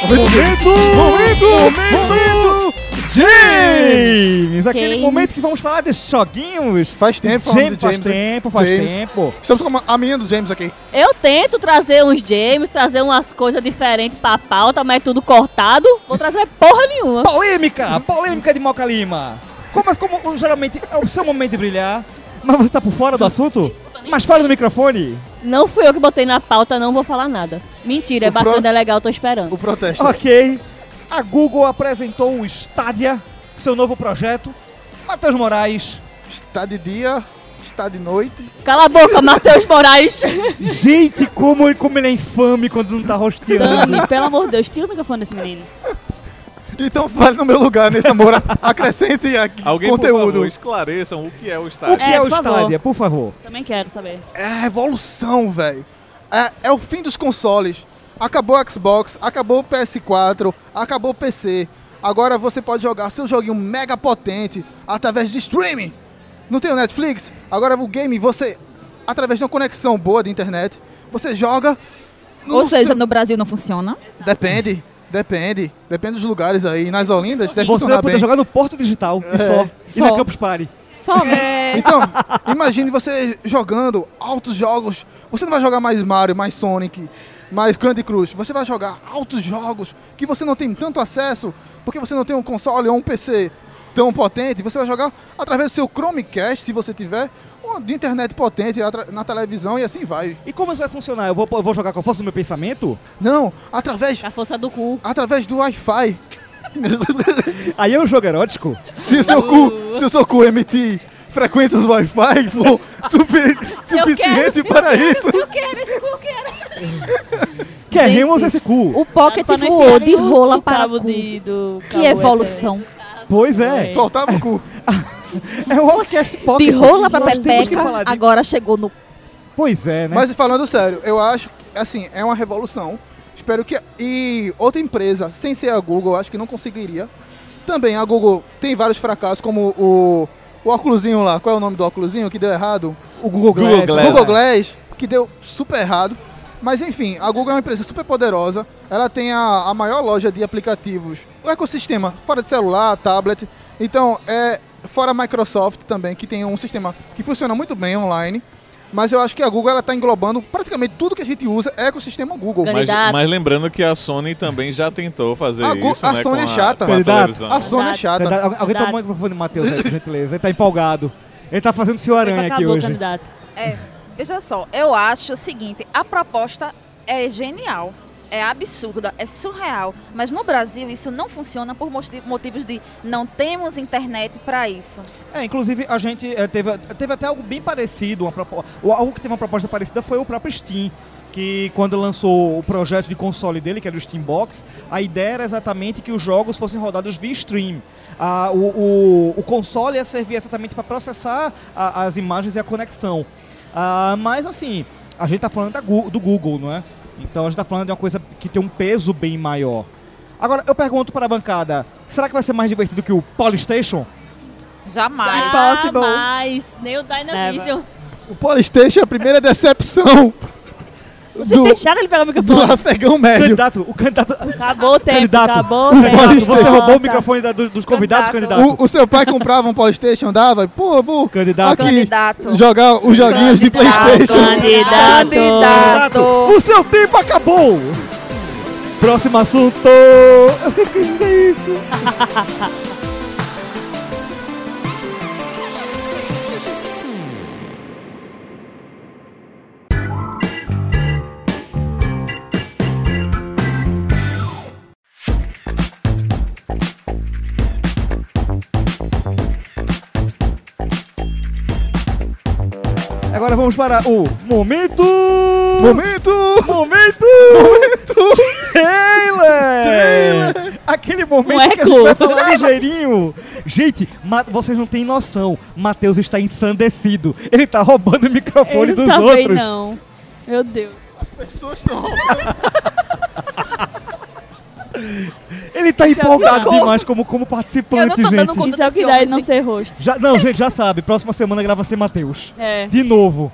Speaker 2: Momento! Momento! Momento! James! Aquele
Speaker 8: James.
Speaker 2: momento que vamos falar de joguinhos.
Speaker 6: Faz tempo falando
Speaker 2: James,
Speaker 6: de
Speaker 2: faz
Speaker 6: James.
Speaker 2: tempo, faz
Speaker 6: James.
Speaker 2: tempo.
Speaker 6: Estamos com a menina do James aqui.
Speaker 8: Eu tento trazer uns James, trazer umas coisas diferentes pra pauta, mas tudo cortado. Vou trazer porra nenhuma.
Speaker 2: Polêmica! Polêmica de Moca Lima. Como, como geralmente é o seu momento de brilhar, mas você tá por fora do assunto? Mas fora do microfone.
Speaker 8: Não fui eu que botei na pauta, não vou falar nada. Mentira, é
Speaker 6: O pro-
Speaker 8: bacana, é legal, tô
Speaker 6: O
Speaker 8: esperando.
Speaker 6: protesto.
Speaker 2: Ok. A Google apresentou o Stadia, seu novo projeto. Matheus Moraes.
Speaker 6: Está de dia, está de noite.
Speaker 8: Cala a boca, Matheus Moraes.
Speaker 2: Gente, como, como ele é infame quando não tá rosteando.
Speaker 12: Dani, pelo amor de Deus, tira o microfone desse menino.
Speaker 6: Então fale no meu lugar nesse amor. Acrescente aqui
Speaker 7: Alguém, por
Speaker 6: conteúdo.
Speaker 7: favor, esclareçam o que é o
Speaker 2: O
Speaker 7: estádio.
Speaker 2: que é,
Speaker 12: É,
Speaker 2: o
Speaker 12: por favor.
Speaker 2: Stadia, por favor?
Speaker 12: Também quero saber.
Speaker 6: É a revolução, velho. É, é o fim dos consoles. Acabou o Xbox, acabou o PS4, acabou o PC. Agora você pode jogar seu joguinho mega potente através de streaming. Não tem o Netflix? Agora o game, você, através de uma conexão boa de internet, você joga. no
Speaker 11: Ou seja,
Speaker 6: seu-
Speaker 11: no Brasil não funciona.
Speaker 6: depende, depende. Depende dos lugares aí. Nas Olindas, deve
Speaker 2: Você vai
Speaker 6: funcionar
Speaker 2: poder
Speaker 6: bem. É.
Speaker 2: jogar no Porto Digital e só. E na
Speaker 11: Só.
Speaker 2: Campus Party.
Speaker 11: Só
Speaker 5: É,
Speaker 6: Então, imagine você jogando altos jogos. Você não vai jogar mais Mario, mais Sonic, Mas Candy Crush, você vai jogar altos jogos que você não tem tanto acesso porque você não tem um console ou um PC tão potente. Você vai jogar através do seu Chromecast, se você tiver, ou de internet potente atra- na televisão e assim vai.
Speaker 2: E como isso vai funcionar? Eu vou, eu vou jogar com a força do meu pensamento?
Speaker 6: Não, através,
Speaker 3: Com a força do cu.
Speaker 6: através do Wi-Fi.
Speaker 2: Aí é um jogo erótico?
Speaker 6: Se o seu cu, se o seu cu emitir frequências Wi-Fi, for super, suficiente para isso.
Speaker 3: Eu quero esse cu, eu quero.
Speaker 2: Queremos esse cu.
Speaker 13: O
Speaker 8: é
Speaker 13: Pocket
Speaker 8: tipo
Speaker 4: Pra não
Speaker 13: voou
Speaker 4: enfiarem
Speaker 13: de
Speaker 4: no-
Speaker 13: rola
Speaker 4: no
Speaker 13: para
Speaker 4: cabo
Speaker 13: cu.
Speaker 4: de- do
Speaker 13: Que
Speaker 4: cabo é,
Speaker 13: evolução.
Speaker 2: Pois é.
Speaker 6: Faltava o cu.
Speaker 2: É o Holacast Pocket.
Speaker 13: De rola pra
Speaker 2: Nós temos que
Speaker 13: pepeca,
Speaker 2: falar disso.
Speaker 13: agora chegou no...
Speaker 2: Pois é, né?
Speaker 6: Mas falando sério, eu acho que, assim, é uma revolução. Espero que. E outra empresa, sem ser a Google, eu acho que não conseguiria. Também a Google tem vários fracassos, como o. O óculosinho lá, qual é o nome do óculosinho que deu errado?
Speaker 2: o Google Glass. né?
Speaker 7: Google Glass.
Speaker 6: Google Glass, que deu super errado. Mas enfim, a Google é uma empresa super poderosa. Ela tem a, a maior loja de aplicativos. O ecossistema, fora de celular, tablet. Então, é fora a Microsoft também, que tem um sistema que funciona muito bem online. Mas eu acho que a Google está englobando praticamente tudo que a gente usa é ecossistema Google.
Speaker 3: Ganhei
Speaker 7: Mas,
Speaker 3: Candidato.
Speaker 7: mas lembrando que a Sony também já tentou fazer
Speaker 6: A Gu-
Speaker 7: isso,
Speaker 6: a
Speaker 7: né,
Speaker 6: Sony
Speaker 7: com
Speaker 6: é chata.
Speaker 7: com a
Speaker 2: Candidato.
Speaker 7: televisão.
Speaker 6: A Sony é chata.
Speaker 2: Verdade. Alguém toma o
Speaker 4: Verdade.
Speaker 2: microfone do Matheus aí, por gentileza. Ele tá empolgado. Ele tá fazendo senhor
Speaker 4: Tempo
Speaker 2: aranha aqui
Speaker 4: é, acabou,
Speaker 2: hoje.
Speaker 4: candidato.
Speaker 8: É, veja só, eu acho o seguinte, a proposta é genial, é absurda, é surreal, mas no Brasil isso não funciona por mosti- motivos de não temos internet para isso.
Speaker 2: É, inclusive a gente eh, teve, teve até algo bem parecido, uma propo- ou algo que teve uma proposta parecida foi o próprio Steam, que quando lançou o projeto de console dele, que era o Steam Box, a ideia era exatamente que os jogos fossem rodados via stream. Ah, o, o, o console ia servir exatamente para processar a- as imagens e a conexão. Ah, mas assim, a gente tá falando da Gu- do Google, não é? Então a gente tá falando de uma coisa que tem um peso bem maior. Agora, eu pergunto para a bancada, será que vai ser mais divertido que o Polystation?
Speaker 8: Jamais.
Speaker 13: Impossible.
Speaker 3: Jamais. Nem o Dynavision.
Speaker 6: O Polystation é a primeira decepção
Speaker 4: Você
Speaker 6: do,
Speaker 4: deixaram ele pegar o
Speaker 6: do
Speaker 4: microfone.
Speaker 6: afegão
Speaker 2: É,
Speaker 6: médio.
Speaker 2: Candidato, o candidato
Speaker 4: Acabou o tempo, tá né?
Speaker 2: Candidato.
Speaker 4: acabou o
Speaker 2: Candidato,
Speaker 4: tempo.
Speaker 2: você roubou o
Speaker 4: Volta.
Speaker 2: microfone da- do- dos convidados, candidato.
Speaker 8: Candidato.
Speaker 6: O, o seu pai comprava um Playstation, dava, pô, vou
Speaker 2: Candidato.
Speaker 6: aqui
Speaker 8: Candidato.
Speaker 6: jogar os joguinhos de
Speaker 8: Candidato.
Speaker 6: Playstation.
Speaker 4: Candidato.
Speaker 8: Candidato.
Speaker 2: O seu tempo acabou! Próximo assunto! Eu sempre quis dizer isso. Agora vamos para o momento!
Speaker 6: Momento!
Speaker 2: Momento! Trailer! Aquele momento
Speaker 4: Um
Speaker 2: que a gente vai
Speaker 4: eco.
Speaker 2: falar ligeirinho. Gente, Ma- vocês não têm noção. Matheus está ensandecido. Ele tá roubando o microfone
Speaker 4: Ele
Speaker 2: dos
Speaker 4: também
Speaker 2: outros.
Speaker 4: não. Meu Deus.
Speaker 2: Ele tá empolgado
Speaker 8: não.
Speaker 2: demais como, como
Speaker 8: Eu
Speaker 2: participante,
Speaker 8: não tô dando
Speaker 2: gente.
Speaker 8: conta
Speaker 4: Isso é o
Speaker 8: desse
Speaker 4: que dá
Speaker 8: homem.
Speaker 4: de não ser rosto.
Speaker 2: Já, não, gente, já sabe. Próxima semana grava sem Matheus.
Speaker 4: É.
Speaker 2: De novo.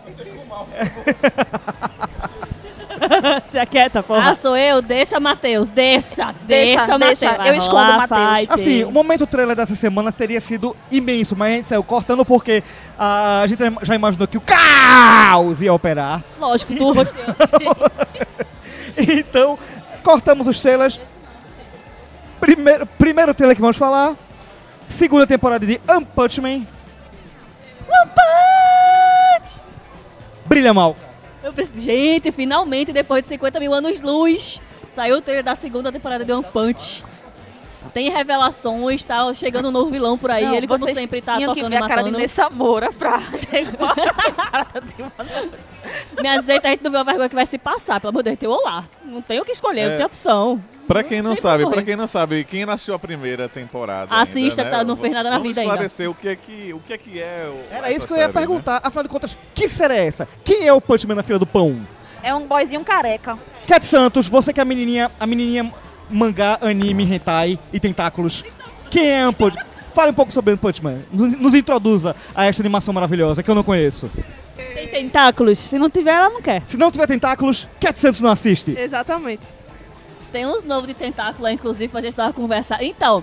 Speaker 4: Se aquieta, é porra.
Speaker 3: Ah, sou eu? Deixa, Matheus. Deixa,
Speaker 8: Deixa,
Speaker 3: deixa,
Speaker 8: deixa.
Speaker 3: Matheus.
Speaker 8: Eu escondo o
Speaker 4: rolar
Speaker 8: Matheus.
Speaker 4: fight.
Speaker 2: Assim, o momento trailer dessa semana teria sido imenso, mas a gente saiu cortando porque ah, a gente já imaginou que o caos ia operar.
Speaker 4: Lógico, turma.
Speaker 2: Então, cortamos os trailers. Primeiro, primeiro trailer que vamos falar. Segunda temporada de Unpunch Man. Brilha mal.
Speaker 3: Eu pensei, gente, finalmente, depois de 50 mil anos-luz, saiu o trailer da segunda temporada de One Punch. Tem revelações, tá chegando um novo vilão por aí.
Speaker 8: Não,
Speaker 3: ele, como
Speaker 8: vocês
Speaker 3: sempre, tá
Speaker 8: tinham
Speaker 3: tocando,
Speaker 8: que ver a cara de
Speaker 3: matando.
Speaker 8: Nessa Moura pra chegar a cara de
Speaker 3: Minha gente, a gente não vê a vergonha que vai se passar. Pelo amor de Deus, tem o Olá. Não tem o que escolher,
Speaker 7: É.
Speaker 3: não tem opção.
Speaker 7: Pra quem não
Speaker 3: Tem
Speaker 7: sabe,
Speaker 3: como
Speaker 7: pra
Speaker 3: ir.
Speaker 7: quem não sabe, quem nasceu a primeira temporada.
Speaker 3: Assista,
Speaker 7: ainda, né?
Speaker 3: tá? Não fez nada na
Speaker 7: Vamos
Speaker 3: vida ainda.
Speaker 7: esclarecer o que é que o que é que é o-
Speaker 2: Era
Speaker 7: essa
Speaker 2: isso que eu ia
Speaker 7: série, né?
Speaker 2: perguntar. Afinal de contas, que série é essa? Quem é o Punch Man na fila do pão?
Speaker 8: É um boyzinho careca.
Speaker 2: Cat Santos, você que é a menininha, a menininha mangá, anime, hentai e tentáculos. Quem é Unpunch? Fale um pouco sobre Unpunch Man. Nos, nos introduza a esta animação maravilhosa que eu não conheço.
Speaker 4: Tem tentáculos. Se não tiver, ela não quer.
Speaker 2: Se não tiver tentáculos, Cat Santos não assiste.
Speaker 5: Exatamente.
Speaker 3: Tem uns novos de tentáculo lá, inclusive, pra gente dar uma conversa. Então,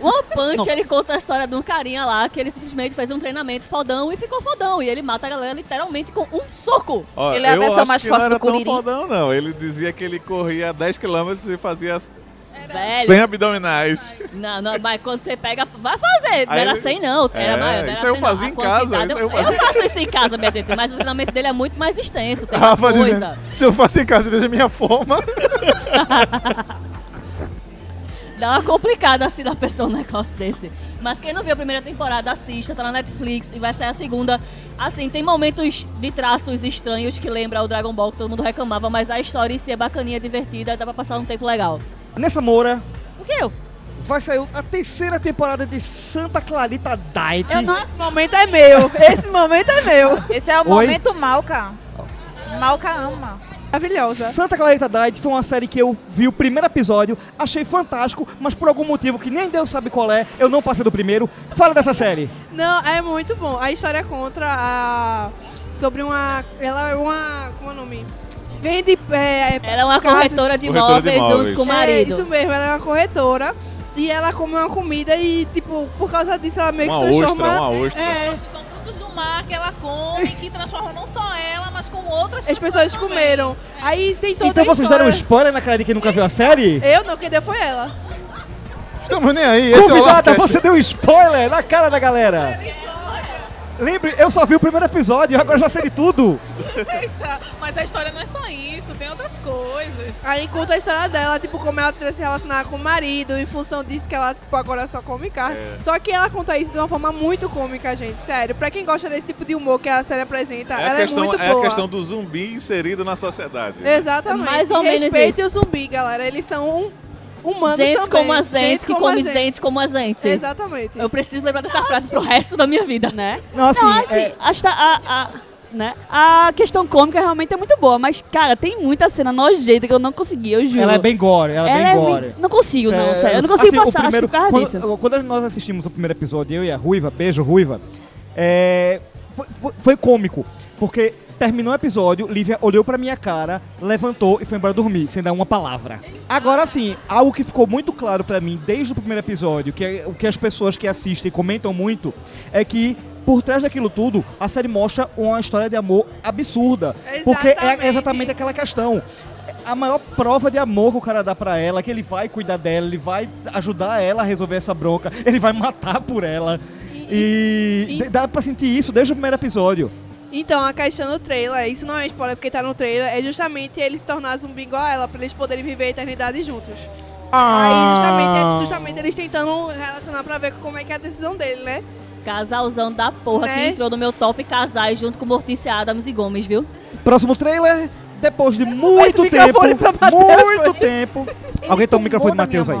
Speaker 3: One Punch, ele conta a história de um carinha lá que ele simplesmente fez um treinamento fodão e ficou fodão. E ele mata a galera literalmente com um soco.
Speaker 7: Ó,
Speaker 8: Ele é a
Speaker 7: eu
Speaker 8: versão
Speaker 7: acho
Speaker 8: mais
Speaker 7: que
Speaker 8: forte
Speaker 7: não era
Speaker 8: do Kuririn.
Speaker 7: tão fodão, não. Ele dizia que ele corria 10km e fazia
Speaker 3: Velho.
Speaker 7: 100 abdominais.
Speaker 3: Não, não, mas quando você pega. Vai fazer. Não
Speaker 7: Aí
Speaker 3: era
Speaker 7: ele-
Speaker 3: 100, não. Era
Speaker 7: É,
Speaker 3: mais. não
Speaker 7: isso
Speaker 3: era
Speaker 7: eu
Speaker 3: 100 não.
Speaker 7: fazia
Speaker 3: A
Speaker 7: em casa,
Speaker 3: quantidade-
Speaker 7: isso eu
Speaker 3: eu,
Speaker 7: fazia.
Speaker 3: faço isso em casa, minha gente. Mas o treinamento dele é muito mais extenso.
Speaker 7: Ah,
Speaker 3: Tem mais
Speaker 6: Rafa dizendo,
Speaker 3: coisa.
Speaker 6: se eu faço em casa, veja minha forma.
Speaker 3: Dá uma complicada assim da pessoa um negócio desse. Mas quem não viu a primeira temporada, assista, tá na Netflix e vai sair a segunda. Assim, tem momentos de traços estranhos que lembra o Dragon Ball que todo mundo reclamava, mas a história em si é bacaninha, divertida, dá pra passar um tempo legal.
Speaker 2: Nessa Moura
Speaker 3: O que eu?
Speaker 2: vai sair a terceira temporada de Santa Clarita Diet.
Speaker 5: Esse momento é meu. Esse momento é meu.
Speaker 8: Esse é o
Speaker 2: Oi?
Speaker 8: momento Malca. Malca ama.
Speaker 5: Maravilhosa.
Speaker 2: Santa Clarita Diet foi uma série que eu vi o primeiro episódio, achei fantástico, mas por algum motivo que nem Deus sabe qual é, eu não passei do primeiro. Fala dessa série.
Speaker 5: Não, é muito bom. A história contra a. Sobre uma. Ela é uma. Como é o nome? Vende. É,
Speaker 3: Ela é uma
Speaker 5: Casa-
Speaker 3: corretora de
Speaker 7: Corretora
Speaker 3: imóveis
Speaker 7: de
Speaker 3: junto
Speaker 7: imóveis.
Speaker 3: com o
Speaker 5: É,
Speaker 3: marido.
Speaker 5: isso mesmo, ela é uma corretora. E ela come uma comida e, tipo, por causa disso ela meio que
Speaker 7: Uma
Speaker 5: se
Speaker 7: ostra,
Speaker 5: transforma.
Speaker 7: uma ostra.
Speaker 5: É,
Speaker 14: São frutos do mar que ela come, que transformam não só ela, mas como outras
Speaker 5: as pessoas comeram. Aí tem toda
Speaker 2: então
Speaker 5: a
Speaker 2: vocês
Speaker 5: história.
Speaker 2: deram
Speaker 7: um
Speaker 2: spoiler na cara de quem nunca viu a série?
Speaker 5: Eu não, quem deu foi ela.
Speaker 6: Estamos nem aí. Esse
Speaker 2: Convidada,
Speaker 6: é o Lacast.
Speaker 2: você deu um spoiler na cara da galera. Lembre, eu só vi o primeiro episódio, agora já sei de tudo.
Speaker 14: Eita, mas a história não é só isso, tem outras coisas.
Speaker 5: Aí conta a história dela, tipo, como ela teve que se relacionar com o marido, em função disso que ela, tipo, agora só come carne.
Speaker 7: É.
Speaker 5: Só que ela conta isso de uma forma muito cômica, gente, sério. Pra quem gosta desse tipo de humor que a série apresenta,
Speaker 7: É a,
Speaker 5: ela é
Speaker 7: questão,
Speaker 5: muito
Speaker 7: é a
Speaker 5: boa.
Speaker 7: questão do zumbi inserido na sociedade.
Speaker 5: Exatamente.
Speaker 3: É Mais ou
Speaker 5: E
Speaker 3: menos
Speaker 5: Respeitem
Speaker 3: isso.
Speaker 5: o zumbi, galera. Eles são um- humanos
Speaker 3: Gente
Speaker 5: também.
Speaker 3: como a gente, que
Speaker 5: como a É,
Speaker 3: come gente como a gente.
Speaker 5: Exatamente.
Speaker 3: Eu preciso lembrar dessa frase pro resto da minha vida.
Speaker 4: Né?
Speaker 2: Não, assim,
Speaker 4: Não, assim,
Speaker 2: é-
Speaker 4: acho que a, a, né? a questão cômica realmente é muito boa, mas, cara, tem muita cena nojenta que eu não consegui, eu juro.
Speaker 2: ela é bem gore, ela é bem
Speaker 4: bem-
Speaker 2: gore.
Speaker 4: Não consigo, não,
Speaker 2: Sério.
Speaker 4: sério. Eu não consigo
Speaker 2: Assim, o
Speaker 4: passar,
Speaker 2: primeiro-
Speaker 4: acho que por causa
Speaker 2: quando,
Speaker 4: disso.
Speaker 2: Quando nós assistimos o primeiro episódio, eu e a Ruiva, beijo Ruiva, é, foi, foi- foi cômico, porque terminou o episódio, Lívia olhou pra minha cara, levantou e foi embora dormir, sem dar uma palavra. Agora sim, algo que ficou muito claro pra mim desde o primeiro episódio, que é o que as pessoas que assistem comentam muito, é que por trás daquilo tudo, a série mostra uma história de amor absurda. Porque
Speaker 5: Exatamente.
Speaker 2: é exatamente aquela questão. A maior prova de amor que o cara dá pra ela, é que ele vai cuidar dela, ele vai ajudar ela a resolver essa bronca, ele vai matar por ela. E,
Speaker 5: e-
Speaker 2: d- dá pra sentir isso desde o primeiro episódio.
Speaker 5: Então, a questão do trailer, isso não é spoiler porque tá no trailer, é justamente ele se tornar zumbi igual a ela, pra eles poderem viver a eternidade juntos.
Speaker 2: Ah!
Speaker 3: Ah.
Speaker 5: Aí, justamente, é justamente eles tentando relacionar pra ver como é que é a decisão dele, né?
Speaker 3: Casalzão da porra que
Speaker 5: Né?
Speaker 8: É.
Speaker 3: entrou no meu top casais junto com Mortícia Adams e Gomes, viu?
Speaker 2: Próximo trailer, depois de muito tempo.
Speaker 5: microfone pra bater,
Speaker 2: Muito tempo. Alguém toma o microfone do Matheus aí.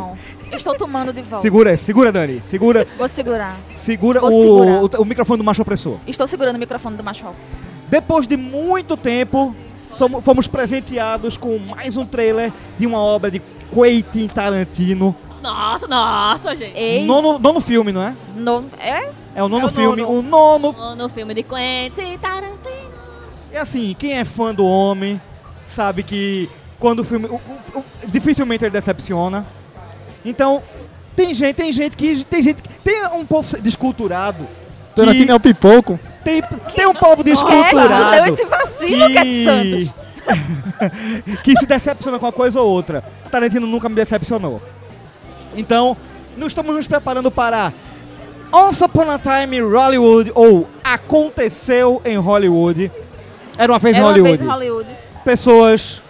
Speaker 8: Estou tomando de volta.
Speaker 2: Segura, segura, Dani. Segura,
Speaker 8: Vou segurar.
Speaker 2: segura
Speaker 8: Vou
Speaker 2: o,
Speaker 8: segurar.
Speaker 2: o, o microfone do macho opressor.
Speaker 8: Estou segurando o microfone do macho. alfa.
Speaker 2: Depois de muito tempo, somo- fomos presenteados com mais um trailer de uma obra de Quentin Tarantino.
Speaker 3: Nossa, nossa, gente.
Speaker 8: Ei,
Speaker 2: Nono, nono filme, não é?
Speaker 8: no- é?
Speaker 2: É o nono
Speaker 5: É o
Speaker 2: filme,
Speaker 5: nono.
Speaker 2: o nono.
Speaker 3: No filme de Quentin Tarantino.
Speaker 2: É assim, quem é fã do homem sabe que quando o filme. o- o- o- dificilmente ele decepciona. Então, tem gente, tem gente que. Tem gente que. Tem um povo desculturado.
Speaker 6: Tarantino é o pipoco.
Speaker 2: Tem, tem um povo
Speaker 8: É, tu deu
Speaker 2: desculturado.
Speaker 8: esse vacilo, Cat Santos.
Speaker 2: que se decepciona com uma coisa ou outra. Tarantino nunca me decepcionou. Então, nós estamos nos preparando para Once Upon a Time in Hollywood ou Aconteceu em Hollywood. Era uma vez em
Speaker 8: Era É uma
Speaker 2: Hollywood.
Speaker 8: vez em Hollywood.
Speaker 2: Pessoas.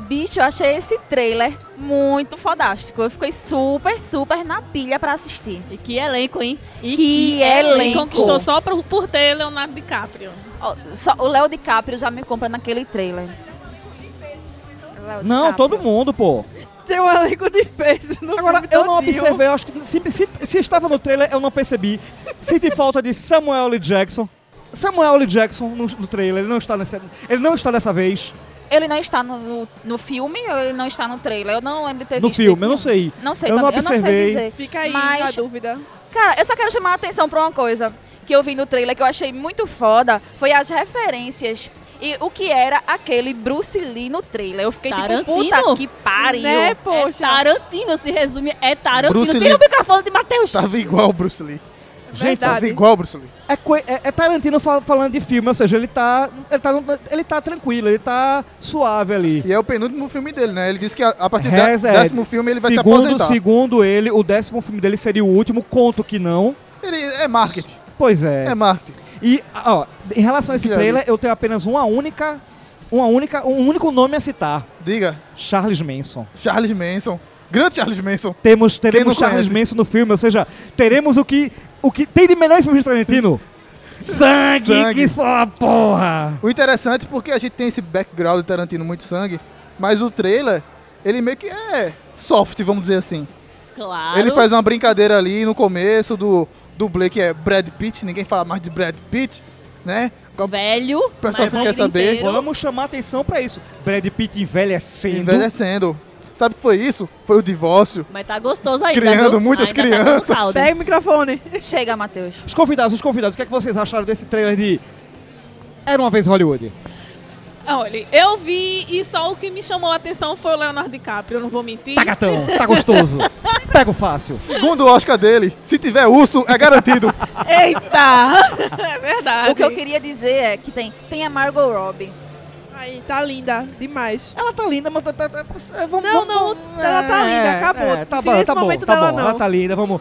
Speaker 8: Bicho, eu achei esse trailer muito fodástico. Eu fiquei super, super na pilha pra assistir.
Speaker 3: E que elenco, hein? E
Speaker 8: Que elenco.
Speaker 14: Conquistou só por, por ter Leonardo DiCaprio.
Speaker 8: Ó, só- o Léo DiCaprio já me compra naquele trailer. Léo
Speaker 2: Não,
Speaker 8: DiCaprio.
Speaker 2: todo mundo, pô.
Speaker 5: Tem um elenco de peso no
Speaker 2: Agora,
Speaker 5: filme
Speaker 2: eu não
Speaker 5: todinho.
Speaker 2: observei, eu acho que se, se- se estava no trailer, eu não percebi. Senti falta de Samuel L. Jackson. Samuel L. Jackson no, no trailer, ele não está nessa, ele não está dessa vez
Speaker 8: Ele não está no, no, no filme ou ele não está no trailer? Eu não lembro de ter
Speaker 2: no
Speaker 8: visto
Speaker 2: filme,
Speaker 8: isso,
Speaker 2: eu não sei.
Speaker 8: Não sei,
Speaker 2: Eu não
Speaker 8: também, eu não sei
Speaker 2: observei.
Speaker 8: dizer.
Speaker 5: Fica aí a
Speaker 8: Mas-
Speaker 5: dúvida.
Speaker 8: Cara, eu só quero chamar a atenção pra uma coisa que eu vi no trailer que eu achei muito foda, foi as referências. E o que era aquele Bruce Lee no trailer? Eu fiquei tipo,
Speaker 3: Tarantino?
Speaker 8: puta que pariu. É
Speaker 5: Né, poxa?
Speaker 3: Tarantino se resume, é Tarantino.
Speaker 6: Bruce
Speaker 3: Tira
Speaker 6: Lee.
Speaker 3: o microfone de
Speaker 2: Tá.
Speaker 3: Matheus.
Speaker 6: Tava igual o Bruce Lee.
Speaker 2: Gente,
Speaker 6: Tava igual o Bruce Lee.
Speaker 2: É, coi- é- é Tarantino fal- falando de filme, ou seja, ele tá, ele, tá, num- ele tá tranquilo, ele tá suave ali.
Speaker 6: E é o penúltimo filme dele, né? Ele disse que a, a partir do
Speaker 2: Reza, é,
Speaker 6: décimo filme ele vai se
Speaker 2: segundo,
Speaker 6: aposentar.
Speaker 2: segundo ele, o décimo filme dele seria o último, conto que não.
Speaker 6: Ele é marketing.
Speaker 2: Pois é.
Speaker 6: É, marketing.
Speaker 2: E, ó, em relação a esse
Speaker 6: Que
Speaker 2: trailer, eu tenho apenas uma única, uma única, um único nome a citar.
Speaker 6: Diga,
Speaker 2: Charles Manson.
Speaker 6: Charles Manson. Grande Charles Manson.
Speaker 2: Temos,
Speaker 6: não
Speaker 2: teremos Charles
Speaker 6: conhece?
Speaker 2: Manson no filme, ou seja, teremos o que, o que tem de melhor em filmes de Tarantino. Sangue,
Speaker 6: Sangue.
Speaker 2: que só a porra!
Speaker 6: O interessante é porque a gente tem esse background de Tarantino muito sangue, mas o trailer, ele meio que é soft, vamos dizer assim.
Speaker 3: Claro.
Speaker 6: Ele faz uma brincadeira ali no começo do dublê que é Brad Pitt, ninguém fala mais de Brad Pitt, né? Com a
Speaker 3: velho.
Speaker 6: pessoal
Speaker 3: mas é
Speaker 6: só quer
Speaker 3: vida
Speaker 6: saber.
Speaker 3: inteira.
Speaker 2: Vamos chamar atenção pra isso. Brad Pitt envelhecendo.
Speaker 6: Envelhecendo. Sabe o que foi isso? Foi o divórcio.
Speaker 3: Mas tá gostoso ainda.
Speaker 6: Criando
Speaker 3: viu?
Speaker 6: muitas
Speaker 3: Ainda
Speaker 6: crianças.
Speaker 3: Tá dando caldo.
Speaker 5: Pega o microfone.
Speaker 8: Chega, Matheus.
Speaker 2: Os convidados, os convidados, o que, é que vocês acharam desse trailer de Era uma vez em Hollywood?
Speaker 14: Olha, eu vi e só o que me chamou a atenção foi o Leonardo DiCaprio, eu não vou mentir.
Speaker 2: Tá gatão, tá gostoso. Pega o fácil.
Speaker 6: Segundo o Oscar dele, se tiver urso, é garantido.
Speaker 14: Eita! é verdade.
Speaker 8: O que eu queria dizer é que tem, tem a Margot Robbie.
Speaker 5: Aí, tá linda demais.
Speaker 2: Ela tá linda, mas tá, tá, tá- é, vamos,
Speaker 5: Não,
Speaker 2: vamos-
Speaker 5: não, ela tá linda, acabou. Não
Speaker 2: tá
Speaker 5: tira
Speaker 2: bom,
Speaker 5: esse
Speaker 2: tá bom,
Speaker 5: momento
Speaker 2: tá
Speaker 5: dela,
Speaker 2: bom.
Speaker 5: não.
Speaker 2: Ela tá linda, vamos,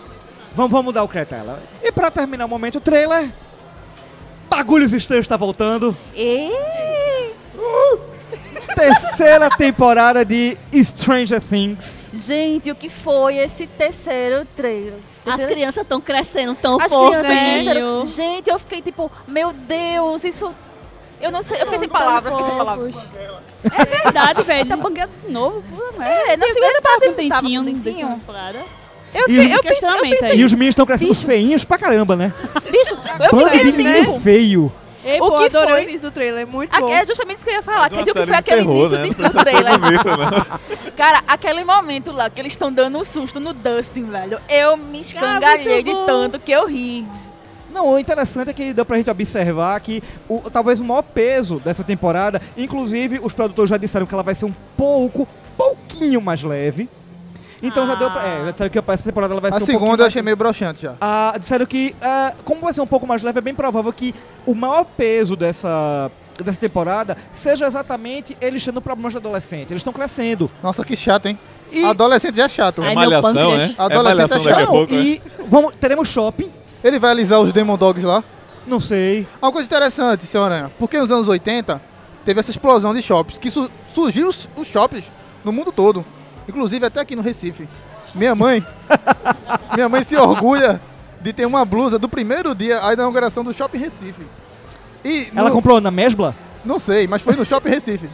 Speaker 2: vamos, vamos dar o crédito a ela. E pra terminar o momento, o trailer. Bagulhos Estranhos tá voltando.
Speaker 8: E
Speaker 2: Terceira temporada de Stranger Things.
Speaker 8: gente, o que foi esse terceiro trailer?
Speaker 3: As
Speaker 8: Terceiro-
Speaker 3: crianças estão crescendo tão
Speaker 8: As
Speaker 3: fofas.
Speaker 8: crianças
Speaker 4: Velho.
Speaker 8: cresceram. Gente, eu fiquei tipo, meu Deus, isso eu não sei, eu fiquei sem
Speaker 4: Não, não
Speaker 8: palavras,
Speaker 4: tão
Speaker 8: fiquei sem palavras.
Speaker 4: fofos. É verdade, velho. Tá bangueando de novo. pô,
Speaker 8: É, na
Speaker 4: Tem-
Speaker 8: segunda
Speaker 4: tem-
Speaker 8: parte
Speaker 4: tava com
Speaker 8: ele tava com
Speaker 4: dentinho,
Speaker 8: dentinho.
Speaker 4: dessa temporada.
Speaker 2: E-
Speaker 8: Eu, fiquei- eu, pensei, eu
Speaker 4: Questionamento
Speaker 8: pensei,
Speaker 4: aí.
Speaker 2: E os meninos estão crescendo feios pra caramba, né?
Speaker 8: bicho, eu
Speaker 2: Bando
Speaker 8: fiquei
Speaker 2: de
Speaker 8: assim,
Speaker 2: menino feio.
Speaker 5: Ei,
Speaker 8: O
Speaker 5: pô,
Speaker 8: que
Speaker 5: adorei
Speaker 8: foi?
Speaker 5: o início do trailer, muito
Speaker 8: Aque-
Speaker 5: bom.
Speaker 8: É justamente isso que eu ia falar.
Speaker 7: Mas
Speaker 8: Acredito
Speaker 7: uma
Speaker 8: que
Speaker 7: série
Speaker 8: foi aquele
Speaker 7: de terror,
Speaker 8: início
Speaker 7: né?
Speaker 8: de-
Speaker 7: Não
Speaker 8: do trailer.
Speaker 7: precisa ter medo,
Speaker 8: Cara, aquele momento lá que eles estão dando um susto no Dustin, velho. Eu me escangalhei
Speaker 4: muito
Speaker 8: de
Speaker 4: bom.
Speaker 8: tanto que eu ri.
Speaker 2: Não, o interessante é que deu pra gente observar que o, talvez o maior peso dessa temporada, inclusive os produtores já disseram que ela vai ser um pouco, pouquinho mais leve. Então já deu pra. É, já disseram que essa temporada ela vai
Speaker 6: A
Speaker 2: ser um pouquinho
Speaker 6: segunda eu
Speaker 2: mais-
Speaker 6: achei meio broxante já.
Speaker 2: Ah, disseram que, ah, como vai ser um pouco mais leve, é bem provável que o maior peso dessa, dessa temporada seja exatamente eles tendo problemas de adolescente. Eles estão crescendo.
Speaker 6: Nossa, que chato, hein?
Speaker 2: E,
Speaker 6: Adolescente já é chato.
Speaker 7: É
Speaker 3: Ai, meu
Speaker 7: malhação, né?
Speaker 3: pâncreas.
Speaker 7: É malhação
Speaker 6: Adolescente
Speaker 7: daqui a
Speaker 6: é
Speaker 2: não,
Speaker 7: pouco. né?
Speaker 2: e vamos, teremos shopping.
Speaker 6: Ele vai alisar os Demon Dogs lá.
Speaker 2: Não sei.
Speaker 6: Uma coisa interessante, senhor Aranha, porque nos anos 80 teve essa explosão de shoppings, que su surgiu os, os shoppings no mundo todo, inclusive até aqui no Recife. Minha mãe, minha mãe se orgulha de ter uma blusa do primeiro dia à inauguração do Shopping Recife. E
Speaker 2: Ela
Speaker 6: no-
Speaker 2: comprou na Mesbla?
Speaker 6: não sei, mas foi no Shopping Recife.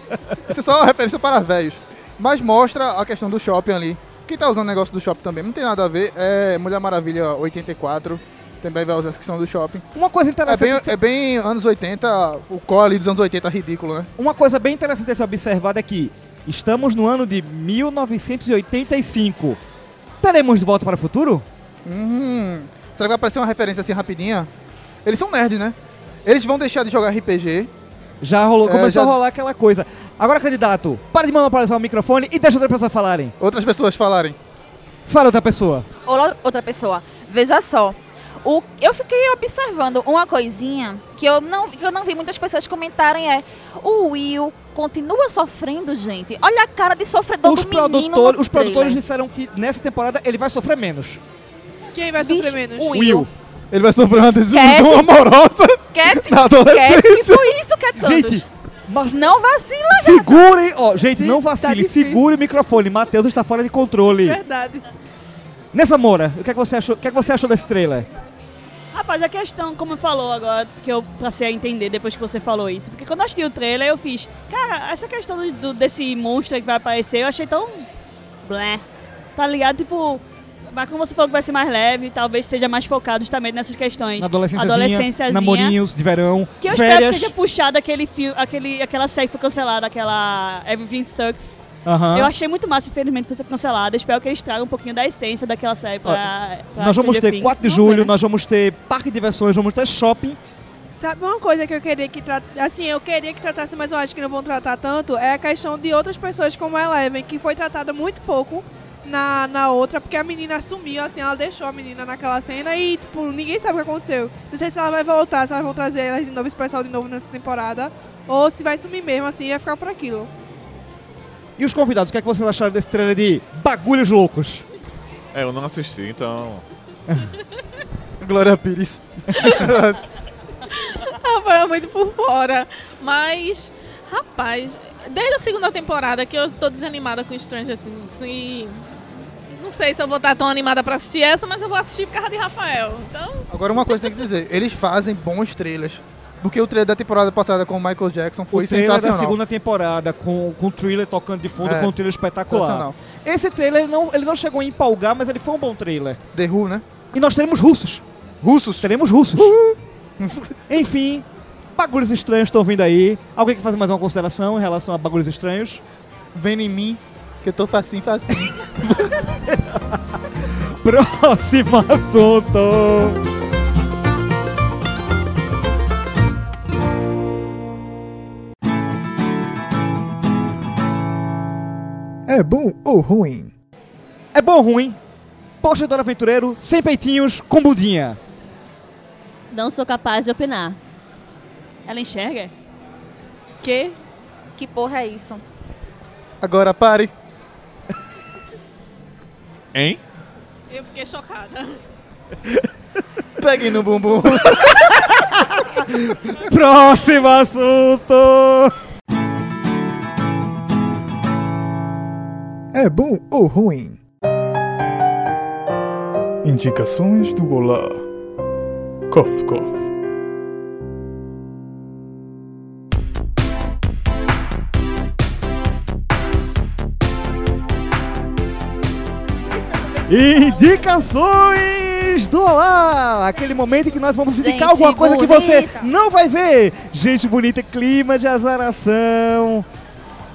Speaker 6: Isso é só uma referência para velhos. Mas mostra a questão do shopping ali. Quem tá usando o negócio do shopping também, não tem nada a ver. É Mulher Maravilha 84, também vai usar essa questão do shopping.
Speaker 2: Uma coisa
Speaker 6: É
Speaker 2: interessante.
Speaker 6: bem, é bem anos 80, o core ali dos anos 80 ridículo, né?
Speaker 2: Uma coisa bem interessante a ser observada é que estamos no ano de 1985. Teremos de volta para o futuro?
Speaker 6: Hum, será que vai aparecer uma referência assim rapidinha? Eles são nerds, né? Eles vão deixar de jogar RPG.
Speaker 2: Já rolou,
Speaker 6: É,
Speaker 2: começou
Speaker 6: já-
Speaker 2: a rolar aquela coisa. Agora, candidato, para de monopolizar o microfone e deixa outras pessoas falarem.
Speaker 6: Outras pessoas falarem.
Speaker 2: Fala outra pessoa.
Speaker 8: Olá, outra pessoa. Veja só. O, eu fiquei observando uma coisinha que eu, não, que eu não vi muitas pessoas comentarem é o Will continua sofrendo, gente. Olha a cara de sofredor
Speaker 2: Os,
Speaker 8: do menino
Speaker 2: produtor-
Speaker 8: no
Speaker 2: os produtores
Speaker 8: trailer.
Speaker 2: disseram que nessa temporada ele vai sofrer menos.
Speaker 5: Quem vai
Speaker 8: Bicho,
Speaker 5: sofrer menos?
Speaker 8: o
Speaker 2: Will.
Speaker 6: Ele vai sofrer uma desilusão
Speaker 8: Cat.
Speaker 6: amorosa
Speaker 8: Cat,
Speaker 6: na
Speaker 8: Cat,
Speaker 6: adolescência.
Speaker 8: foi tipo isso, Cat Santos.
Speaker 2: Gente, mas
Speaker 8: Não vacila.
Speaker 2: segurem. Ó, gente, não
Speaker 5: Tá
Speaker 2: vacile.
Speaker 5: difícil.
Speaker 2: segure o microfone. Matheus está fora de controle.
Speaker 8: É.
Speaker 5: Verdade.
Speaker 2: Nessa Moura, o que, é que você achou, o que é que você achou desse trailer?
Speaker 4: Rapaz, a questão, como falou agora, que eu passei a entender depois que você falou isso, porque quando eu assisti o trailer, eu fiz, cara, essa questão do- do- desse monstro que vai aparecer, eu achei tão. blé. Tá ligado? Tipo. Mas como você falou que vai ser mais leve, talvez seja mais focado justamente nessas questões.
Speaker 2: Na adolescência,
Speaker 4: Adolescênciazinha.
Speaker 2: namorinhos de verão,
Speaker 4: Que eu espero
Speaker 2: férias.
Speaker 4: que seja puxado aquele filme, aquele, aquela série que foi cancelada, aquela Everything Sucks.
Speaker 2: Aham.
Speaker 4: Eu achei muito massa, infelizmente, foi ser cancelada. Espero que eles tragam um pouquinho da essência daquela série pra. pra
Speaker 2: Nós vamos
Speaker 4: Stranger
Speaker 2: ter
Speaker 4: Things.
Speaker 2: 4 de
Speaker 4: Vamos ver,
Speaker 2: julho,
Speaker 4: né?
Speaker 2: nós vamos ter parque de diversões, vamos ter shopping.
Speaker 5: Sabe uma coisa que eu queria que tra- assim, eu queria que tratasse, mas eu acho que não vão tratar tanto, é a questão de outras pessoas como a Eleven, que foi tratada muito pouco na, na outra, porque a menina sumiu, assim, ela deixou a menina naquela cena e, tipo, ninguém sabe o que aconteceu. Não sei se ela vai voltar, se elas vão trazer ela de novo, esse pessoal de novo nessa temporada, ou se vai sumir mesmo, assim, e vai ficar por aquilo.
Speaker 2: E os convidados, o que é que vocês acharam desse trailer de Bagulhos Loucos?
Speaker 7: É, eu não assisti, então.
Speaker 6: Glória Pires.
Speaker 14: Rafael é muito por fora. Mas, rapaz, desde a segunda temporada que eu tô desanimada com Stranger Things e. Não sei se eu vou estar tão animada pra assistir essa, mas eu vou assistir por causa de Rafael. Então,
Speaker 6: Agora uma coisa tem que dizer, eles fazem bons trailers. Porque o trailer da temporada passada com o Michael Jackson foi
Speaker 2: o trailer da
Speaker 6: sensacional.
Speaker 2: segunda temporada, com, com o thriller tocando de fundo,
Speaker 6: É.
Speaker 2: foi um trailer espetacular.
Speaker 6: Sensacional.
Speaker 2: Esse trailer ele não, ele não chegou a empolgar, mas ele foi um bom trailer.
Speaker 6: The Who, né?
Speaker 2: E nós teremos russos.
Speaker 6: Russos.
Speaker 2: Teremos russos. Enfim, bagulhos estranhos estão vindo aí. Alguém quer fazer mais uma consideração em relação a bagulhos estranhos?
Speaker 6: Vem em mim, que eu tô facinho, facinho.
Speaker 2: Próximo assunto.
Speaker 1: É bom ou ruim?
Speaker 2: É bom ou ruim? Postador aventureiro, sem peitinhos, com budinha.
Speaker 3: Não sou capaz de opinar.
Speaker 4: Ela enxerga?
Speaker 5: Que?
Speaker 8: Que porra é isso?
Speaker 6: Agora pare.
Speaker 7: Hein?
Speaker 14: eu fiquei chocada.
Speaker 6: Peguem no bumbum.
Speaker 2: Próximo assunto.
Speaker 1: É bom ou ruim? Indicações do Olá. Cof, cof.
Speaker 2: Indicações do Olá! Aquele momento em que nós vamos
Speaker 8: Gente
Speaker 2: indicar alguma coisa que você
Speaker 8: bonita.
Speaker 2: não vai ver. Gente bonita, clima de azaração.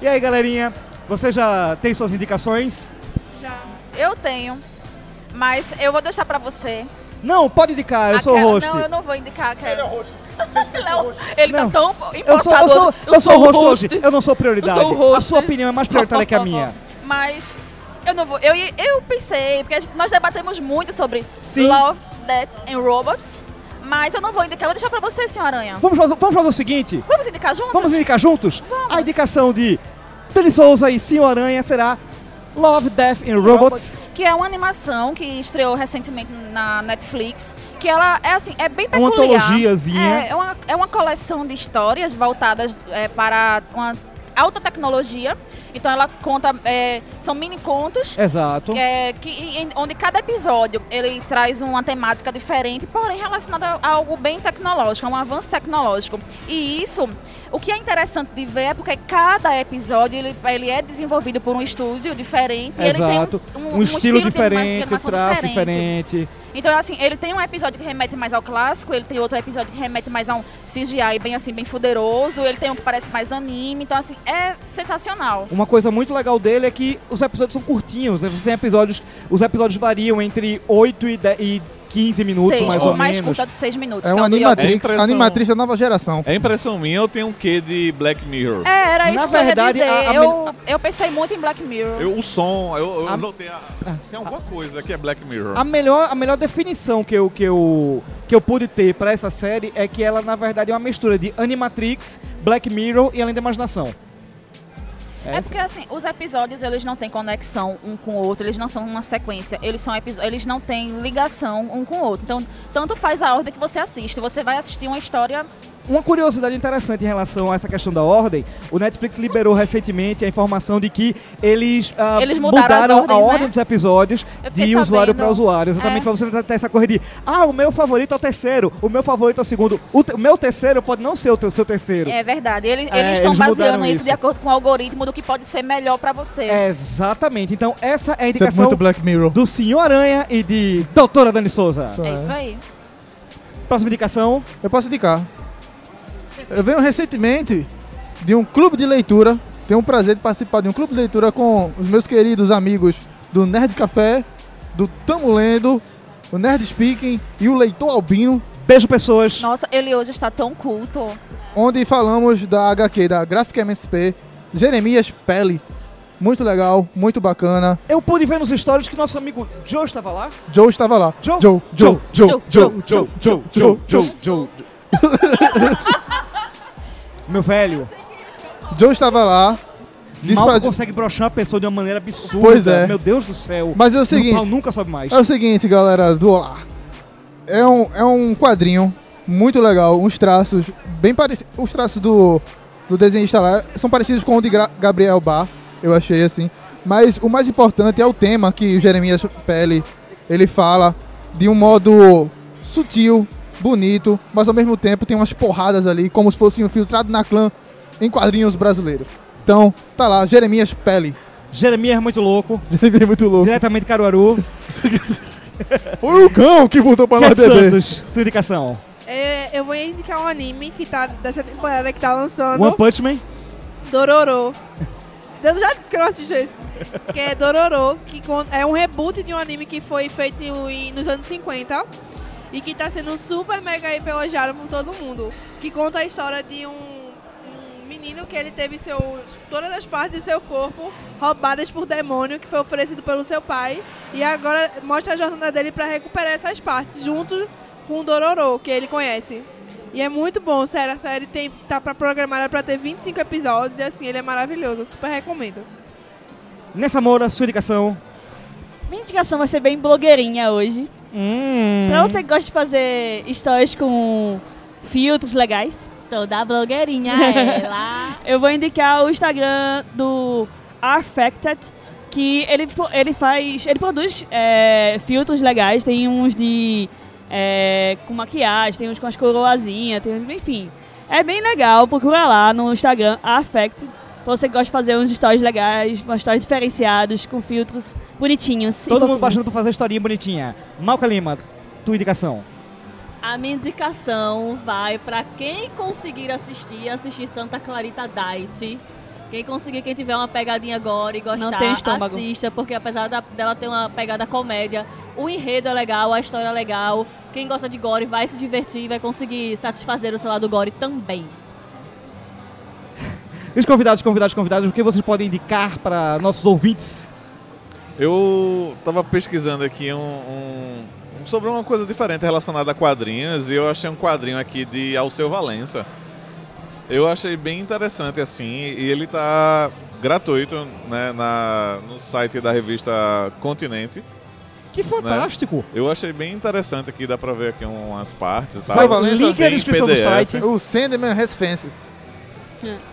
Speaker 2: E aí, galerinha? Você já tem suas indicações?
Speaker 5: Já.
Speaker 8: Eu tenho. Mas eu vou deixar pra você.
Speaker 2: Não, pode indicar, eu sou o
Speaker 8: Aquela-
Speaker 2: host.
Speaker 8: Não, eu não vou indicar, cara. Não, ele
Speaker 2: Não.
Speaker 8: tá tão
Speaker 2: Eu sou, eu
Speaker 8: empossado
Speaker 2: sou,
Speaker 8: hoje.
Speaker 2: eu sou o host, hoje.
Speaker 8: host.
Speaker 2: Eu não sou prioridade.
Speaker 8: Eu sou o host.
Speaker 2: A sua opinião é mais prioritária que a minha.
Speaker 8: Mas eu não vou. Eu, eu pensei, porque a gente- nós debatemos muito sobre
Speaker 2: Sim.
Speaker 8: Love, Death and Robots. Mas eu não vou indicar, eu vou deixar pra você, senhor Aranha.
Speaker 2: Vamos fazer, vamos fazer o seguinte:
Speaker 8: Vamos indicar juntos?
Speaker 2: vamos indicar juntos?
Speaker 8: Vamos.
Speaker 2: A indicação de Tony Souza e Senhor Aranha será Love, Death and Robots.
Speaker 8: Que é uma animação que estreou recentemente na Netflix. Que ela é assim, é bem
Speaker 2: É uma
Speaker 8: peculiar.
Speaker 2: antologiazinha.
Speaker 8: É, é uma, é uma coleção de histórias voltadas é, para uma alta tecnologia. Então ela conta. é, são mini contos.
Speaker 2: Exato.
Speaker 8: é, que, em- onde cada episódio ele traz uma temática diferente, porém relacionada a algo bem tecnológico, a um avanço tecnológico. E isso, o que é interessante de ver é porque cada episódio ele, ele é desenvolvido por um estúdio diferente. e
Speaker 2: Exato.
Speaker 8: Ele tem um,
Speaker 2: Um,
Speaker 8: um- um
Speaker 2: estilo,
Speaker 8: de anima- de
Speaker 2: diferente, um
Speaker 8: animação
Speaker 2: traço diferente.
Speaker 8: Então, assim, ele tem um episódio que remete mais ao clássico, ele tem outro episódio que remete mais a um CGI bem assim, bem fuderoso, ele tem um que parece mais anime, então assim, é sensacional.
Speaker 2: Uma coisa muito legal dele é que os episódios são curtinhos. né? Você tem episódios. Os episódios variam entre 8 e, 10 e 15 minutos,
Speaker 8: seis,
Speaker 2: Um mais
Speaker 8: o
Speaker 2: ou
Speaker 8: mais
Speaker 2: menos.
Speaker 8: curta de seis minutos.
Speaker 6: É
Speaker 8: que
Speaker 6: um
Speaker 8: o The Office.
Speaker 7: É
Speaker 6: animatrix,
Speaker 7: impressão.
Speaker 6: animatrix da nova geração.
Speaker 7: É impressão minha ou tem um quê de Black Mirror?
Speaker 8: É, era
Speaker 2: Na
Speaker 8: isso que eu ia
Speaker 2: verdade,
Speaker 8: dizer.
Speaker 2: a- a
Speaker 8: eu, eu pensei muito em Black Mirror.
Speaker 7: Eu, o som, eu, eu
Speaker 2: A-
Speaker 7: notei. a- tem alguma coisa que é Black Mirror.
Speaker 2: A melhor, a melhor definição que eu, que, eu, que eu pude ter pra essa série é que ela, na verdade, é uma mistura de Animatrix, Black Mirror e Além da Imaginação.
Speaker 8: é porque assim, os episódios eles não têm conexão um com o outro, eles não são uma sequência, eles são episo- eles não têm ligação um com o outro. Então, tanto faz a ordem que você assiste, você vai assistir uma história
Speaker 2: Uma curiosidade interessante em relação a essa questão da ordem, o Netflix liberou recentemente a informação de que eles, ah,
Speaker 8: Eles mudaram as
Speaker 2: a
Speaker 8: ordens,
Speaker 2: ordem
Speaker 8: né?
Speaker 2: dos episódios
Speaker 8: Eu fiquei
Speaker 2: de usuário
Speaker 8: sabendo.
Speaker 2: para usuário, exatamente
Speaker 8: É.
Speaker 2: para você não ter essa corrida de, ah, o meu favorito é o terceiro, o meu favorito é o segundo, o, te- o meu terceiro pode não ser o teu seu terceiro.
Speaker 8: É verdade. Ele-
Speaker 2: É,
Speaker 8: eles estão
Speaker 2: eles mudaram
Speaker 8: baseando isso,
Speaker 2: isso. É,
Speaker 8: de acordo com o algoritmo do que pode ser melhor pra você.
Speaker 2: Exatamente. Então essa é a
Speaker 6: Isso é
Speaker 2: indicação
Speaker 6: muito Black Mirror.
Speaker 2: do Senhor Aranha e de Doutora Dani Souza.
Speaker 8: É isso aí.
Speaker 2: Próxima indicação.
Speaker 6: Eu posso indicar. Eu venho recentemente de um clube de leitura. Tenho o prazer de participar de um clube de leitura com os meus queridos amigos do Nerd Café, do Tamo Lendo, o Nerd Speaking e o Leitor Albino.
Speaker 2: Beijo, pessoas.
Speaker 8: Nossa, ele hoje está tão culto.
Speaker 6: onde falamos da HQ, da Graphic MSP, Jeremias Pele. Muito legal, muito bacana.
Speaker 2: Eu pude ver nos stories que nosso amigo Joe estava lá.
Speaker 6: Joe estava lá.
Speaker 2: Joe?
Speaker 6: Joe, Joe, Joe, Joe, Joe, Joe, Joe, Joe, Joe.
Speaker 2: Meu velho,
Speaker 6: Joe estava lá. Disse
Speaker 2: mal
Speaker 6: pra-
Speaker 2: consegue brochar a pessoa de uma maneira absurda.
Speaker 6: Pois é.
Speaker 2: Meu Deus do céu.
Speaker 6: Mas é o
Speaker 2: O pau
Speaker 6: seguinte,
Speaker 2: nunca sobe mais.
Speaker 6: é o seguinte, galera do Olá. É um, é um quadrinho muito legal, uns traços bem parecidos. Os traços do, do desenhista lá são parecidos com o de Gra- Gabriel Bar, eu achei assim. Mas o mais importante é o tema que o Jeremias Pele ele fala de um modo sutil, bonito, mas ao mesmo tempo tem umas porradas ali, como se fosse um filtrado na clã em quadrinhos brasileiros. Então, tá lá, Jeremias Pele.
Speaker 2: Jeremias é muito louco,
Speaker 6: Jeremias é muito louco.
Speaker 2: diretamente de Caruaru.
Speaker 6: Foi o cão que botou pra lá
Speaker 2: Cat
Speaker 6: beber.
Speaker 2: Santos, sua indicação.
Speaker 5: É, eu vou indicar um anime que tá dessa temporada que tá lançando.
Speaker 2: One Punch Man.
Speaker 5: Dororo. Eu já disse que eu não assisti esse. Que é Dororo, que con- é um reboot de um anime que foi feito em- nos anos 50 e que tá sendo super mega elogiado por todo mundo. Que conta a história de um, um menino que ele teve seu, todas as partes do seu corpo roubadas por demônio que foi oferecido pelo seu pai e agora mostra a jornada dele pra recuperar essas partes junto com o Dororo, que ele conhece. E é muito bom, sério. A série tem, tá pra programada pra ter 25 episódios e assim, ele é maravilhoso. Eu super recomendo.
Speaker 2: Nessa Moura, sua indicação.
Speaker 4: Minha indicação vai ser bem blogueirinha hoje.
Speaker 2: Hum.
Speaker 4: Pra você que gosta de fazer stories com filtros legais,
Speaker 3: Toda a Então, blogueirinha é lá.
Speaker 4: eu vou indicar o Instagram do Arfacted, que ele, fo- ele faz. ele produz é, filtros legais, tem uns de. é, com maquiagem, tem uns com as coroazinhas, tem uns, enfim. É bem legal, procura lá no Instagram Arfacted. Pra você que gosta de fazer uns stories legais, uns stories diferenciados, com filtros bonitinhos. e
Speaker 2: Todo mundo
Speaker 4: fofinhos.
Speaker 2: baixando pra fazer historinha bonitinha. Malca Lima, tua indicação.
Speaker 3: A minha indicação vai pra quem conseguir assistir, assistir Santa Clarita Diet. Quem conseguir, quem tiver uma pegadinha agora e gostar, assim.
Speaker 4: tem estômago.
Speaker 3: assista, porque apesar da- dela ter uma pegada comédia, o enredo é legal, a história é legal. Quem gosta de gore vai se divertir e vai conseguir satisfazer o seu lado gore também.
Speaker 2: E os convidados, convidados, convidados, o que vocês podem indicar para nossos ouvintes?
Speaker 7: Eu tava pesquisando aqui um, um- um- sobre uma coisa diferente relacionada a quadrinhos e eu achei um quadrinho aqui de Alceu Valença. Eu achei bem interessante assim e ele tá gratuito né, na, no site da revista Continente. Né?
Speaker 2: Que fantástico!
Speaker 7: Eu achei bem interessante aqui, dá pra ver aqui umas partes e tal.
Speaker 6: Alceu Valença
Speaker 2: Link na
Speaker 7: tem
Speaker 2: descrição do
Speaker 7: PDF.
Speaker 2: site.
Speaker 6: O Sandman has Fancy.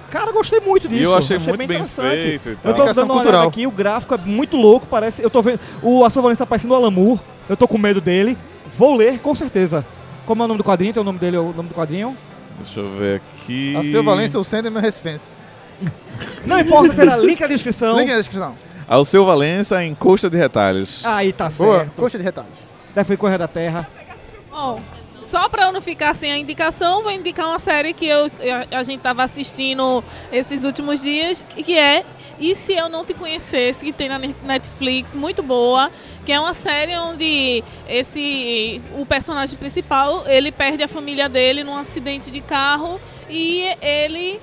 Speaker 2: Cara, gostei muito disso.
Speaker 7: E eu achei muito bem
Speaker 2: interessante.
Speaker 7: feito e
Speaker 2: Eu tô
Speaker 7: tal.
Speaker 2: dando
Speaker 6: Indicação
Speaker 2: uma
Speaker 6: cultural.
Speaker 2: olhada aqui, o gráfico é muito louco, parece. Eu tô vendo. O Açor Valença tá parecendo o Alamur. Eu tô com medo dele. Vou ler, com certeza. Como é o nome do quadrinho? Tem o nome dele, é o nome do quadrinho?
Speaker 7: Deixa eu ver aqui.
Speaker 6: A seu Valença, o Sandman has Fancy.
Speaker 2: Não importa, terá link na descrição.
Speaker 6: Link na descrição.
Speaker 7: Alceu Valença em Coxa de Retalhos.
Speaker 2: Aí tá
Speaker 6: Boa,
Speaker 2: certo.
Speaker 6: coxa de retalhos.
Speaker 2: Deve foi Correio da Terra.
Speaker 14: Bom, só pra eu não ficar sem a indicação, vou indicar uma série que eu, a- a gente tava assistindo esses últimos dias, que é E Se Eu Não Te Conhecesse, que tem na Net- Netflix, muito boa, que é uma série onde esse o personagem principal, ele perde a família dele num acidente de carro e ele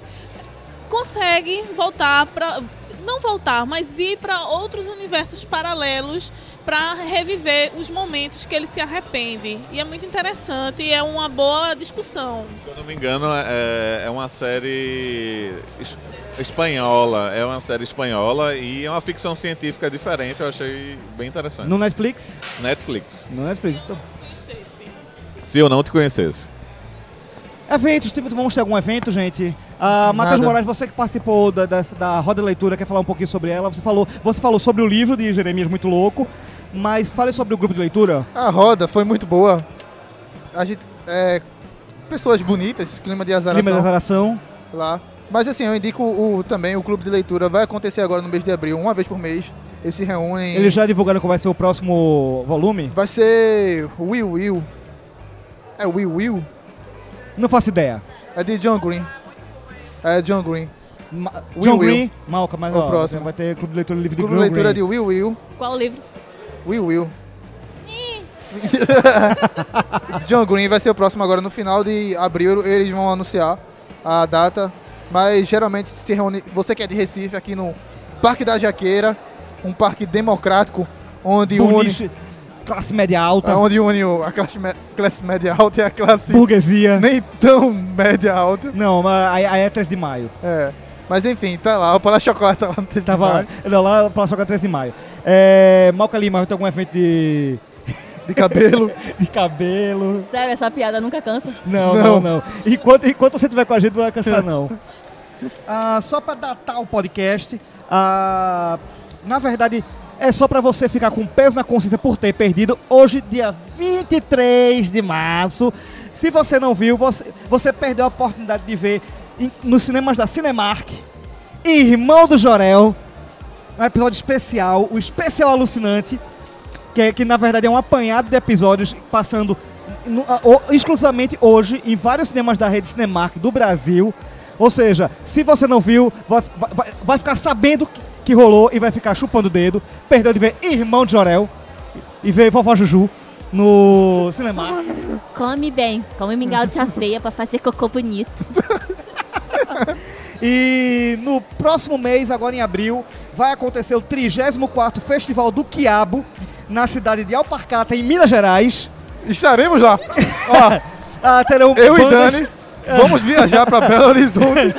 Speaker 14: consegue voltar para não voltar, mas ir para outros universos paralelos para reviver os momentos que ele se arrepende. E é muito interessante e é uma boa discussão.
Speaker 7: Se eu não me engano, é, é uma série es- espanhola. É uma série espanhola e é uma ficção científica diferente. Eu achei bem interessante.
Speaker 2: No Netflix?
Speaker 7: Netflix.
Speaker 2: No Netflix. Então.
Speaker 7: Se eu não te conhecesse.
Speaker 2: Eventos, tipo, vamos ter algum evento, gente? Ah, Matheus
Speaker 6: Nada.
Speaker 2: Moraes, você que participou da, dessa- da roda de leitura, quer falar um pouquinho sobre ela? Você falou, você falou sobre o livro de Jeremias Muito Louco, mas fale sobre o grupo de leitura.
Speaker 6: A roda foi muito boa. A gente. É, pessoas bonitas, clima de azaração
Speaker 2: Clima de Azaração.
Speaker 6: lá. Mas assim, eu indico o, também o clube de leitura. Vai acontecer agora no mês de abril, uma vez por mês. Eles se reúnem.
Speaker 2: Eles já divulgaram qual vai ser o próximo volume?
Speaker 6: Vai ser Will Will. É Will Will?
Speaker 2: Não faço ideia.
Speaker 6: É de John Green. É John Green.
Speaker 2: Ma
Speaker 6: Will
Speaker 2: John
Speaker 6: Will.
Speaker 2: Green, Malca, mas
Speaker 6: É o
Speaker 2: ó,
Speaker 6: próximo.
Speaker 2: vai ter clube de leitura do livro de
Speaker 6: Clube
Speaker 2: John
Speaker 6: de leitura
Speaker 2: Green.
Speaker 6: de Will Will.
Speaker 3: Qual o livro?
Speaker 6: Will Will. John Green vai ser o próximo agora no final de abril, eles vão anunciar a data. Mas geralmente se reúne, você que é de Recife, aqui no Parque da Jaqueira, um parque democrático, onde une,
Speaker 2: Boliche, classe média alta,
Speaker 6: onde une o- a classe, me- classe média alta e a classe
Speaker 2: burguesia.
Speaker 6: nem tão média alta.
Speaker 2: Não, mas aí, aí é 13 de maio.
Speaker 6: É. Mas enfim, tá lá, o Palácio Chocolate tá lá no Três de
Speaker 2: Tava
Speaker 6: Maio,
Speaker 2: lá, não, lá pra jogar 13 de maio. É, Malca Lima, tem algum evento de,
Speaker 6: de cabelo.
Speaker 2: de cabelo?
Speaker 3: Sério, essa piada nunca cansa.
Speaker 2: Não, não, não. Enquanto, enquanto você estiver com a gente, não vai cansar, não. Ah, só para datar o podcast, ah, na verdade, é só para você ficar com peso na consciência por ter perdido. Hoje, dia 23 de março. Se você não viu, você, você perdeu a oportunidade de ver em- nos cinemas da Cinemark, Irmão do Jorel, um episódio especial, o especial alucinante, que, é, que na verdade é um apanhado de episódios passando no- a- o- exclusivamente hoje em vários cinemas da rede Cinemark do Brasil. Ou seja, se você não viu, vai, vai- vai- vai ficar sabendo que, que rolou e vai ficar chupando o dedo. Perdeu de ver Irmão de Jorel e ver Vovó Juju no Cinemark.
Speaker 3: Come bem, come mingau de aveia pra fazer cocô bonito.
Speaker 2: E no próximo mês, agora em abril, vai acontecer o 34º Festival do Quiabo na cidade de Alparcata, em Minas Gerais.
Speaker 6: Estaremos lá. Ó,
Speaker 2: Ah, terão
Speaker 6: eu e
Speaker 2: bandas-
Speaker 6: Dani vamos viajar pra Belo Horizonte.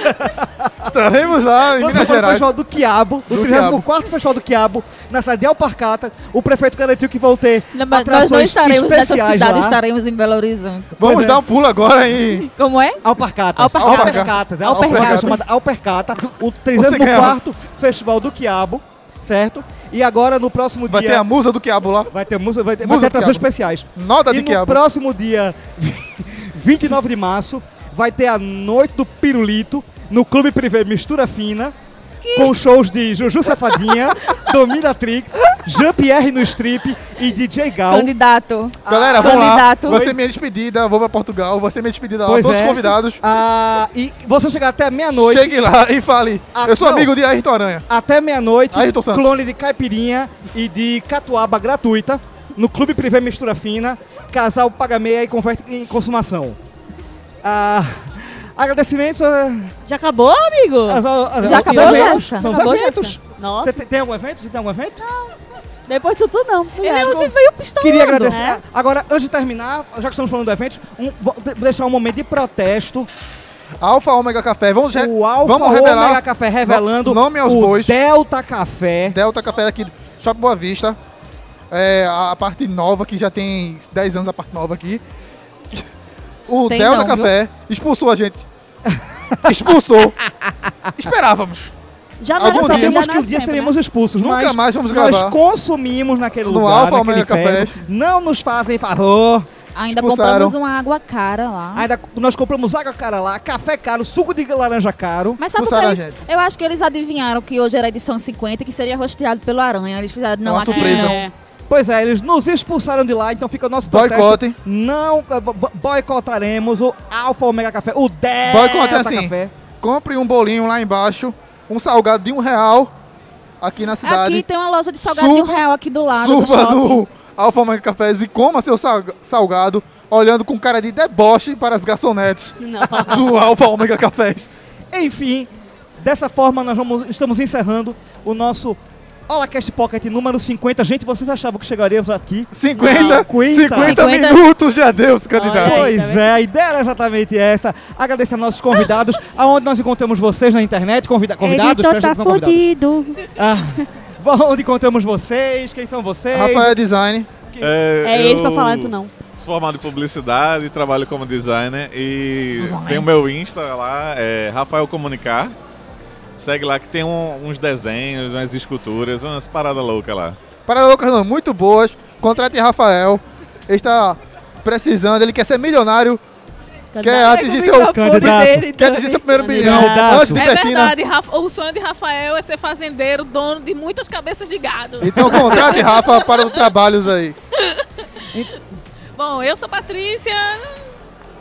Speaker 6: Estaremos lá em
Speaker 2: Vamos
Speaker 6: Minas
Speaker 2: fazer o
Speaker 6: Gerais.
Speaker 2: Festival do Quiabo, o
Speaker 6: Do
Speaker 2: 34 Festival do Quiabo, na cidade de Alparcata. O prefeito garantiu que vão ter
Speaker 8: Não, mas
Speaker 2: atrações
Speaker 8: nós não estaremos
Speaker 2: especiais
Speaker 8: nessa cidade,
Speaker 2: lá.
Speaker 8: estaremos em Belo Horizonte.
Speaker 6: Vamos
Speaker 2: Pois é.
Speaker 6: dar um pulo agora em.
Speaker 8: Como é?
Speaker 2: Alparcata.
Speaker 8: Alparcatas.
Speaker 2: Alparcatas. É uma
Speaker 8: Alparcatas.
Speaker 2: coisa chamada Alpercata, o
Speaker 6: Você ganha.
Speaker 2: 34 Festival do Quiabo, certo? E agora, no próximo
Speaker 6: Vai
Speaker 2: dia...
Speaker 6: ter a musa do quiabo lá.
Speaker 2: Vai ter música, vai ter,
Speaker 6: Música
Speaker 2: vai ter
Speaker 6: do
Speaker 2: atrações
Speaker 6: Quiabo.
Speaker 2: especiais.
Speaker 6: Nota Tá de
Speaker 2: e no
Speaker 6: quiabo.
Speaker 2: próximo dia 29 de março vai ter a Noite do Pirulito no Clube Privé Mistura Fina. Com shows de Juju Safadinha, Dominatrix, Jean-Pierre no Strip e DJ
Speaker 3: Então,
Speaker 2: Gal.
Speaker 8: Candidato.
Speaker 6: Galera, vamos lá.
Speaker 8: Candidato.
Speaker 6: Vai ser minha despedida. Vou pra Portugal. Vai ser minha despedida lá.
Speaker 2: Pois
Speaker 6: Todos
Speaker 2: é.
Speaker 6: convidados.
Speaker 2: Ah, e você chegar até meia-noite.
Speaker 6: Chegue lá e fale.
Speaker 2: Ah,
Speaker 6: eu sou
Speaker 2: não.
Speaker 6: amigo de Ayrton Aranha.
Speaker 2: Até meia-noite,
Speaker 6: Ayrton Santos.
Speaker 2: clone de caipirinha e de catuaba gratuita no Clube Privé Mistura Fina. Casal paga meia e converte em consumação. Ah, agradecimentos. ah,
Speaker 4: Já acabou, amigo?
Speaker 2: As- as-
Speaker 8: Já
Speaker 2: os
Speaker 8: acabou,
Speaker 2: eventos,
Speaker 8: Jéssica?
Speaker 2: São os
Speaker 4: Acabou,
Speaker 2: eventos.
Speaker 4: Nossa,
Speaker 2: Você te- tem algum evento? Você tem algum evento?
Speaker 4: depois disso tudo não.
Speaker 8: Ele
Speaker 4: Acho
Speaker 8: hoje veio pistolando.
Speaker 2: Queria agradecer.
Speaker 8: né?
Speaker 4: É.
Speaker 2: Agora, antes de terminar, já que estamos falando do evento, um- vou de- deixar um momento de protesto.
Speaker 6: Alfa Ômega Café. Vamos, já-
Speaker 2: O Alfa
Speaker 6: vamos revelar
Speaker 2: Ômega Café revelando
Speaker 6: no- nome aos
Speaker 2: o
Speaker 6: bois.
Speaker 2: Delta Café.
Speaker 6: Delta Café aqui do Shopping Boa Vista. É, a a parte nova, que já tem 10 anos a parte nova aqui. O
Speaker 8: Tem
Speaker 6: Delta
Speaker 8: não, viu?
Speaker 6: Café expulsou a gente. Expulsou. Esperávamos.
Speaker 4: que Já
Speaker 6: Algum dia.
Speaker 4: merece, já
Speaker 2: Sabemos que um
Speaker 4: nasce né?
Speaker 2: dia
Speaker 4: tempo,
Speaker 2: seremos
Speaker 8: né?
Speaker 2: expulsos,
Speaker 6: Nunca
Speaker 2: mas
Speaker 6: mais vamos
Speaker 2: nós
Speaker 6: gravar.
Speaker 2: consumimos naquele
Speaker 6: No
Speaker 2: lugar,
Speaker 6: Alfa
Speaker 2: naquele
Speaker 6: Ômega
Speaker 2: ferro.
Speaker 6: Café.
Speaker 2: Não nos fazem favor.
Speaker 8: Ainda
Speaker 6: Expulsaram.
Speaker 8: compramos uma água cara lá.
Speaker 2: Ainda nós compramos água cara lá, café caro, suco de laranja caro.
Speaker 8: Mas sabe o que
Speaker 6: Expulsaram
Speaker 8: é
Speaker 6: a
Speaker 8: isso?
Speaker 6: gente.
Speaker 8: Eu acho que eles adivinharam que hoje era a edição 50 e que seria rosteado pelo Aranha. Eles fizeram, não,
Speaker 6: Uma
Speaker 8: aqui
Speaker 6: surpresa.
Speaker 8: não.
Speaker 4: né?
Speaker 2: Pois é, eles nos expulsaram de lá, então fica o nosso protesto.
Speaker 6: Boicote.
Speaker 2: Não eh, bo- bo- boicotaremos o Alfa Omega Café, o Delta
Speaker 6: Boicote é assim.
Speaker 2: Café.
Speaker 6: Compre um bolinho lá embaixo. Um salgado de um real. Aqui na cidade.
Speaker 8: Aqui tem uma loja de salgado de um
Speaker 6: Suba-
Speaker 8: real aqui do lado do
Speaker 6: Suba
Speaker 8: shopping.
Speaker 6: no Alfa Manga Cafés e coma seu salg- salgado olhando com cara de deboche para as garçonetes do Alfa Omega Cafés.
Speaker 2: Enfim, dessa forma nós vamos, estamos encerrando o nosso Holacast Pocket número 50. Gente, vocês achavam que chegaríamos aqui?
Speaker 6: 50, 50,
Speaker 8: 50.
Speaker 6: minutos já deu, candidato.
Speaker 4: Olha aí.
Speaker 2: Pois
Speaker 4: tá vendo?
Speaker 2: é, a ideia era exatamente essa. Agradecer a nossos convidados, aonde nós encontramos vocês na internet, convida convidados,
Speaker 4: Editor
Speaker 2: presta
Speaker 4: tá
Speaker 2: atenção, convidados.
Speaker 4: fudido.
Speaker 2: Ah, onde encontramos vocês, quem são vocês?
Speaker 6: Rafael Design,
Speaker 4: É ele pra
Speaker 7: eu
Speaker 4: falar, tu não.
Speaker 7: Sou formado em publicidade, trabalho como designer e tem o meu Insta lá, é Rafael Comunicar. Segue lá que tem um- uns desenhos, umas esculturas, umas paradas loucas lá.
Speaker 6: Paradas Loucas não, muito boas. Contrate Rafael. Ele está precisando, ele quer ser milionário,
Speaker 4: Tá
Speaker 6: quer atingir seu,
Speaker 2: Candidato.
Speaker 6: quer atingir seu primeiro bilhão
Speaker 2: Candidato.
Speaker 6: antes de
Speaker 14: É
Speaker 6: Betina.
Speaker 14: verdade, Rafa- o sonho de Rafael é ser fazendeiro, dono de muitas cabeças de gado.
Speaker 6: Então contrate Rafa para os trabalhos aí.
Speaker 14: Bom, eu sou Patrícia,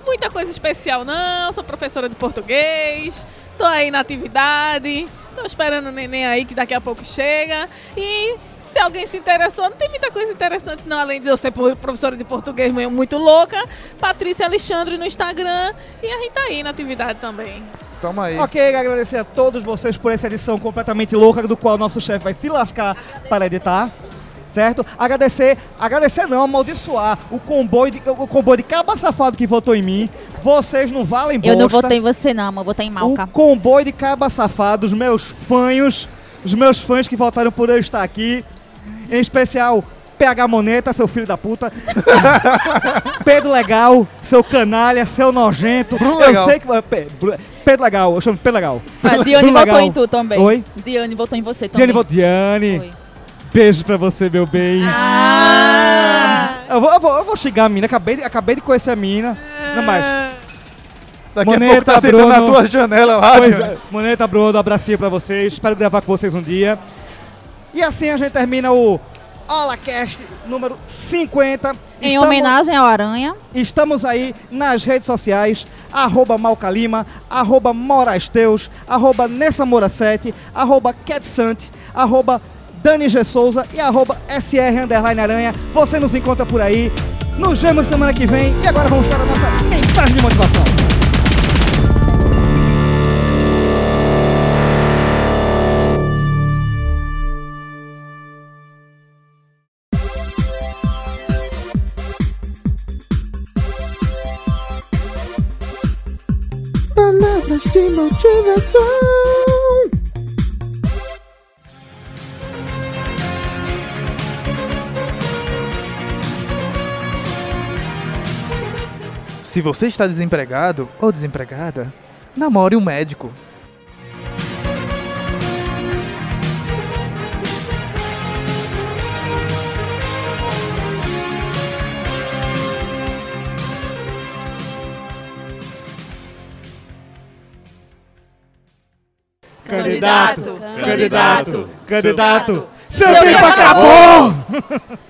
Speaker 14: muita coisa especial não, sou professora de português, tô aí na atividade, tô esperando o neném aí que daqui a pouco chega. E Se alguém se interessou, não tem muita coisa interessante, não. Além de eu ser por- professora de português mu- muito louca. Patrícia Alexandre no Instagram. E a gente tá aí na atividade também.
Speaker 6: Tamo aí.
Speaker 2: Ok, agradecer a todos vocês por essa edição completamente louca, do qual nosso chefe vai se lascar para editar. Certo? Agradecer, agradecer não, amaldiçoar o comboio de, o comboio de caba safado que votou em mim. Vocês não valem bosta.
Speaker 8: Eu não votei em você, não, amor. Votei em Malca.
Speaker 2: O Um comboio de caba safado, os meus fanhos, os meus fãs que votaram por eu estar aqui. Em especial, PH Moneta, seu filho da puta. Pedro Legal, seu canalha, seu nojento.
Speaker 6: Bruno
Speaker 2: eu
Speaker 6: Legal.
Speaker 2: sei que. é, Pe- Bru- Pedro Legal, eu chamo de Pedro Legal.
Speaker 8: Ah, Diane
Speaker 2: Bruno
Speaker 8: votou
Speaker 2: Legal.
Speaker 8: em tu também.
Speaker 2: um. Oi?
Speaker 8: Diane votou em você também.
Speaker 2: Diane, vo- Diane
Speaker 8: Foi.
Speaker 2: beijo pra você, meu bem.
Speaker 5: Ah!
Speaker 2: Eu, vou, eu, vou, eu vou xingar a mina, acabei de, acabei de conhecer a mina. Não mais.
Speaker 6: Daqui a
Speaker 2: Moneta,
Speaker 6: pouco tá sentando na
Speaker 2: Bruno.
Speaker 6: tua janela lá.
Speaker 2: Pois
Speaker 6: cara.
Speaker 2: é. Moneta, Bruno, abracinho pra vocês. Espero gravar com vocês um dia. E assim a gente termina o OlaCast número 50.
Speaker 8: Em homenagem ao Aranha.
Speaker 2: Estamos aí nas redes sociais, arroba Malcalima, arroba Moraes Teus, arroba Nessa Moura 7, arroba CatSante, arroba Dani G. Souza e arroba SR Underline Aranha. Você nos encontra por aí. Nos vemos semana que vem e agora vamos para a nossa mensagem de motivação.
Speaker 1: Palavras de motivação.
Speaker 6: Se você está desempregado ou desempregada, namore um médico.
Speaker 2: Candidato,
Speaker 14: Candidato.
Speaker 8: Ah,
Speaker 2: candidato, candidato, seu
Speaker 8: tempo
Speaker 2: acabou!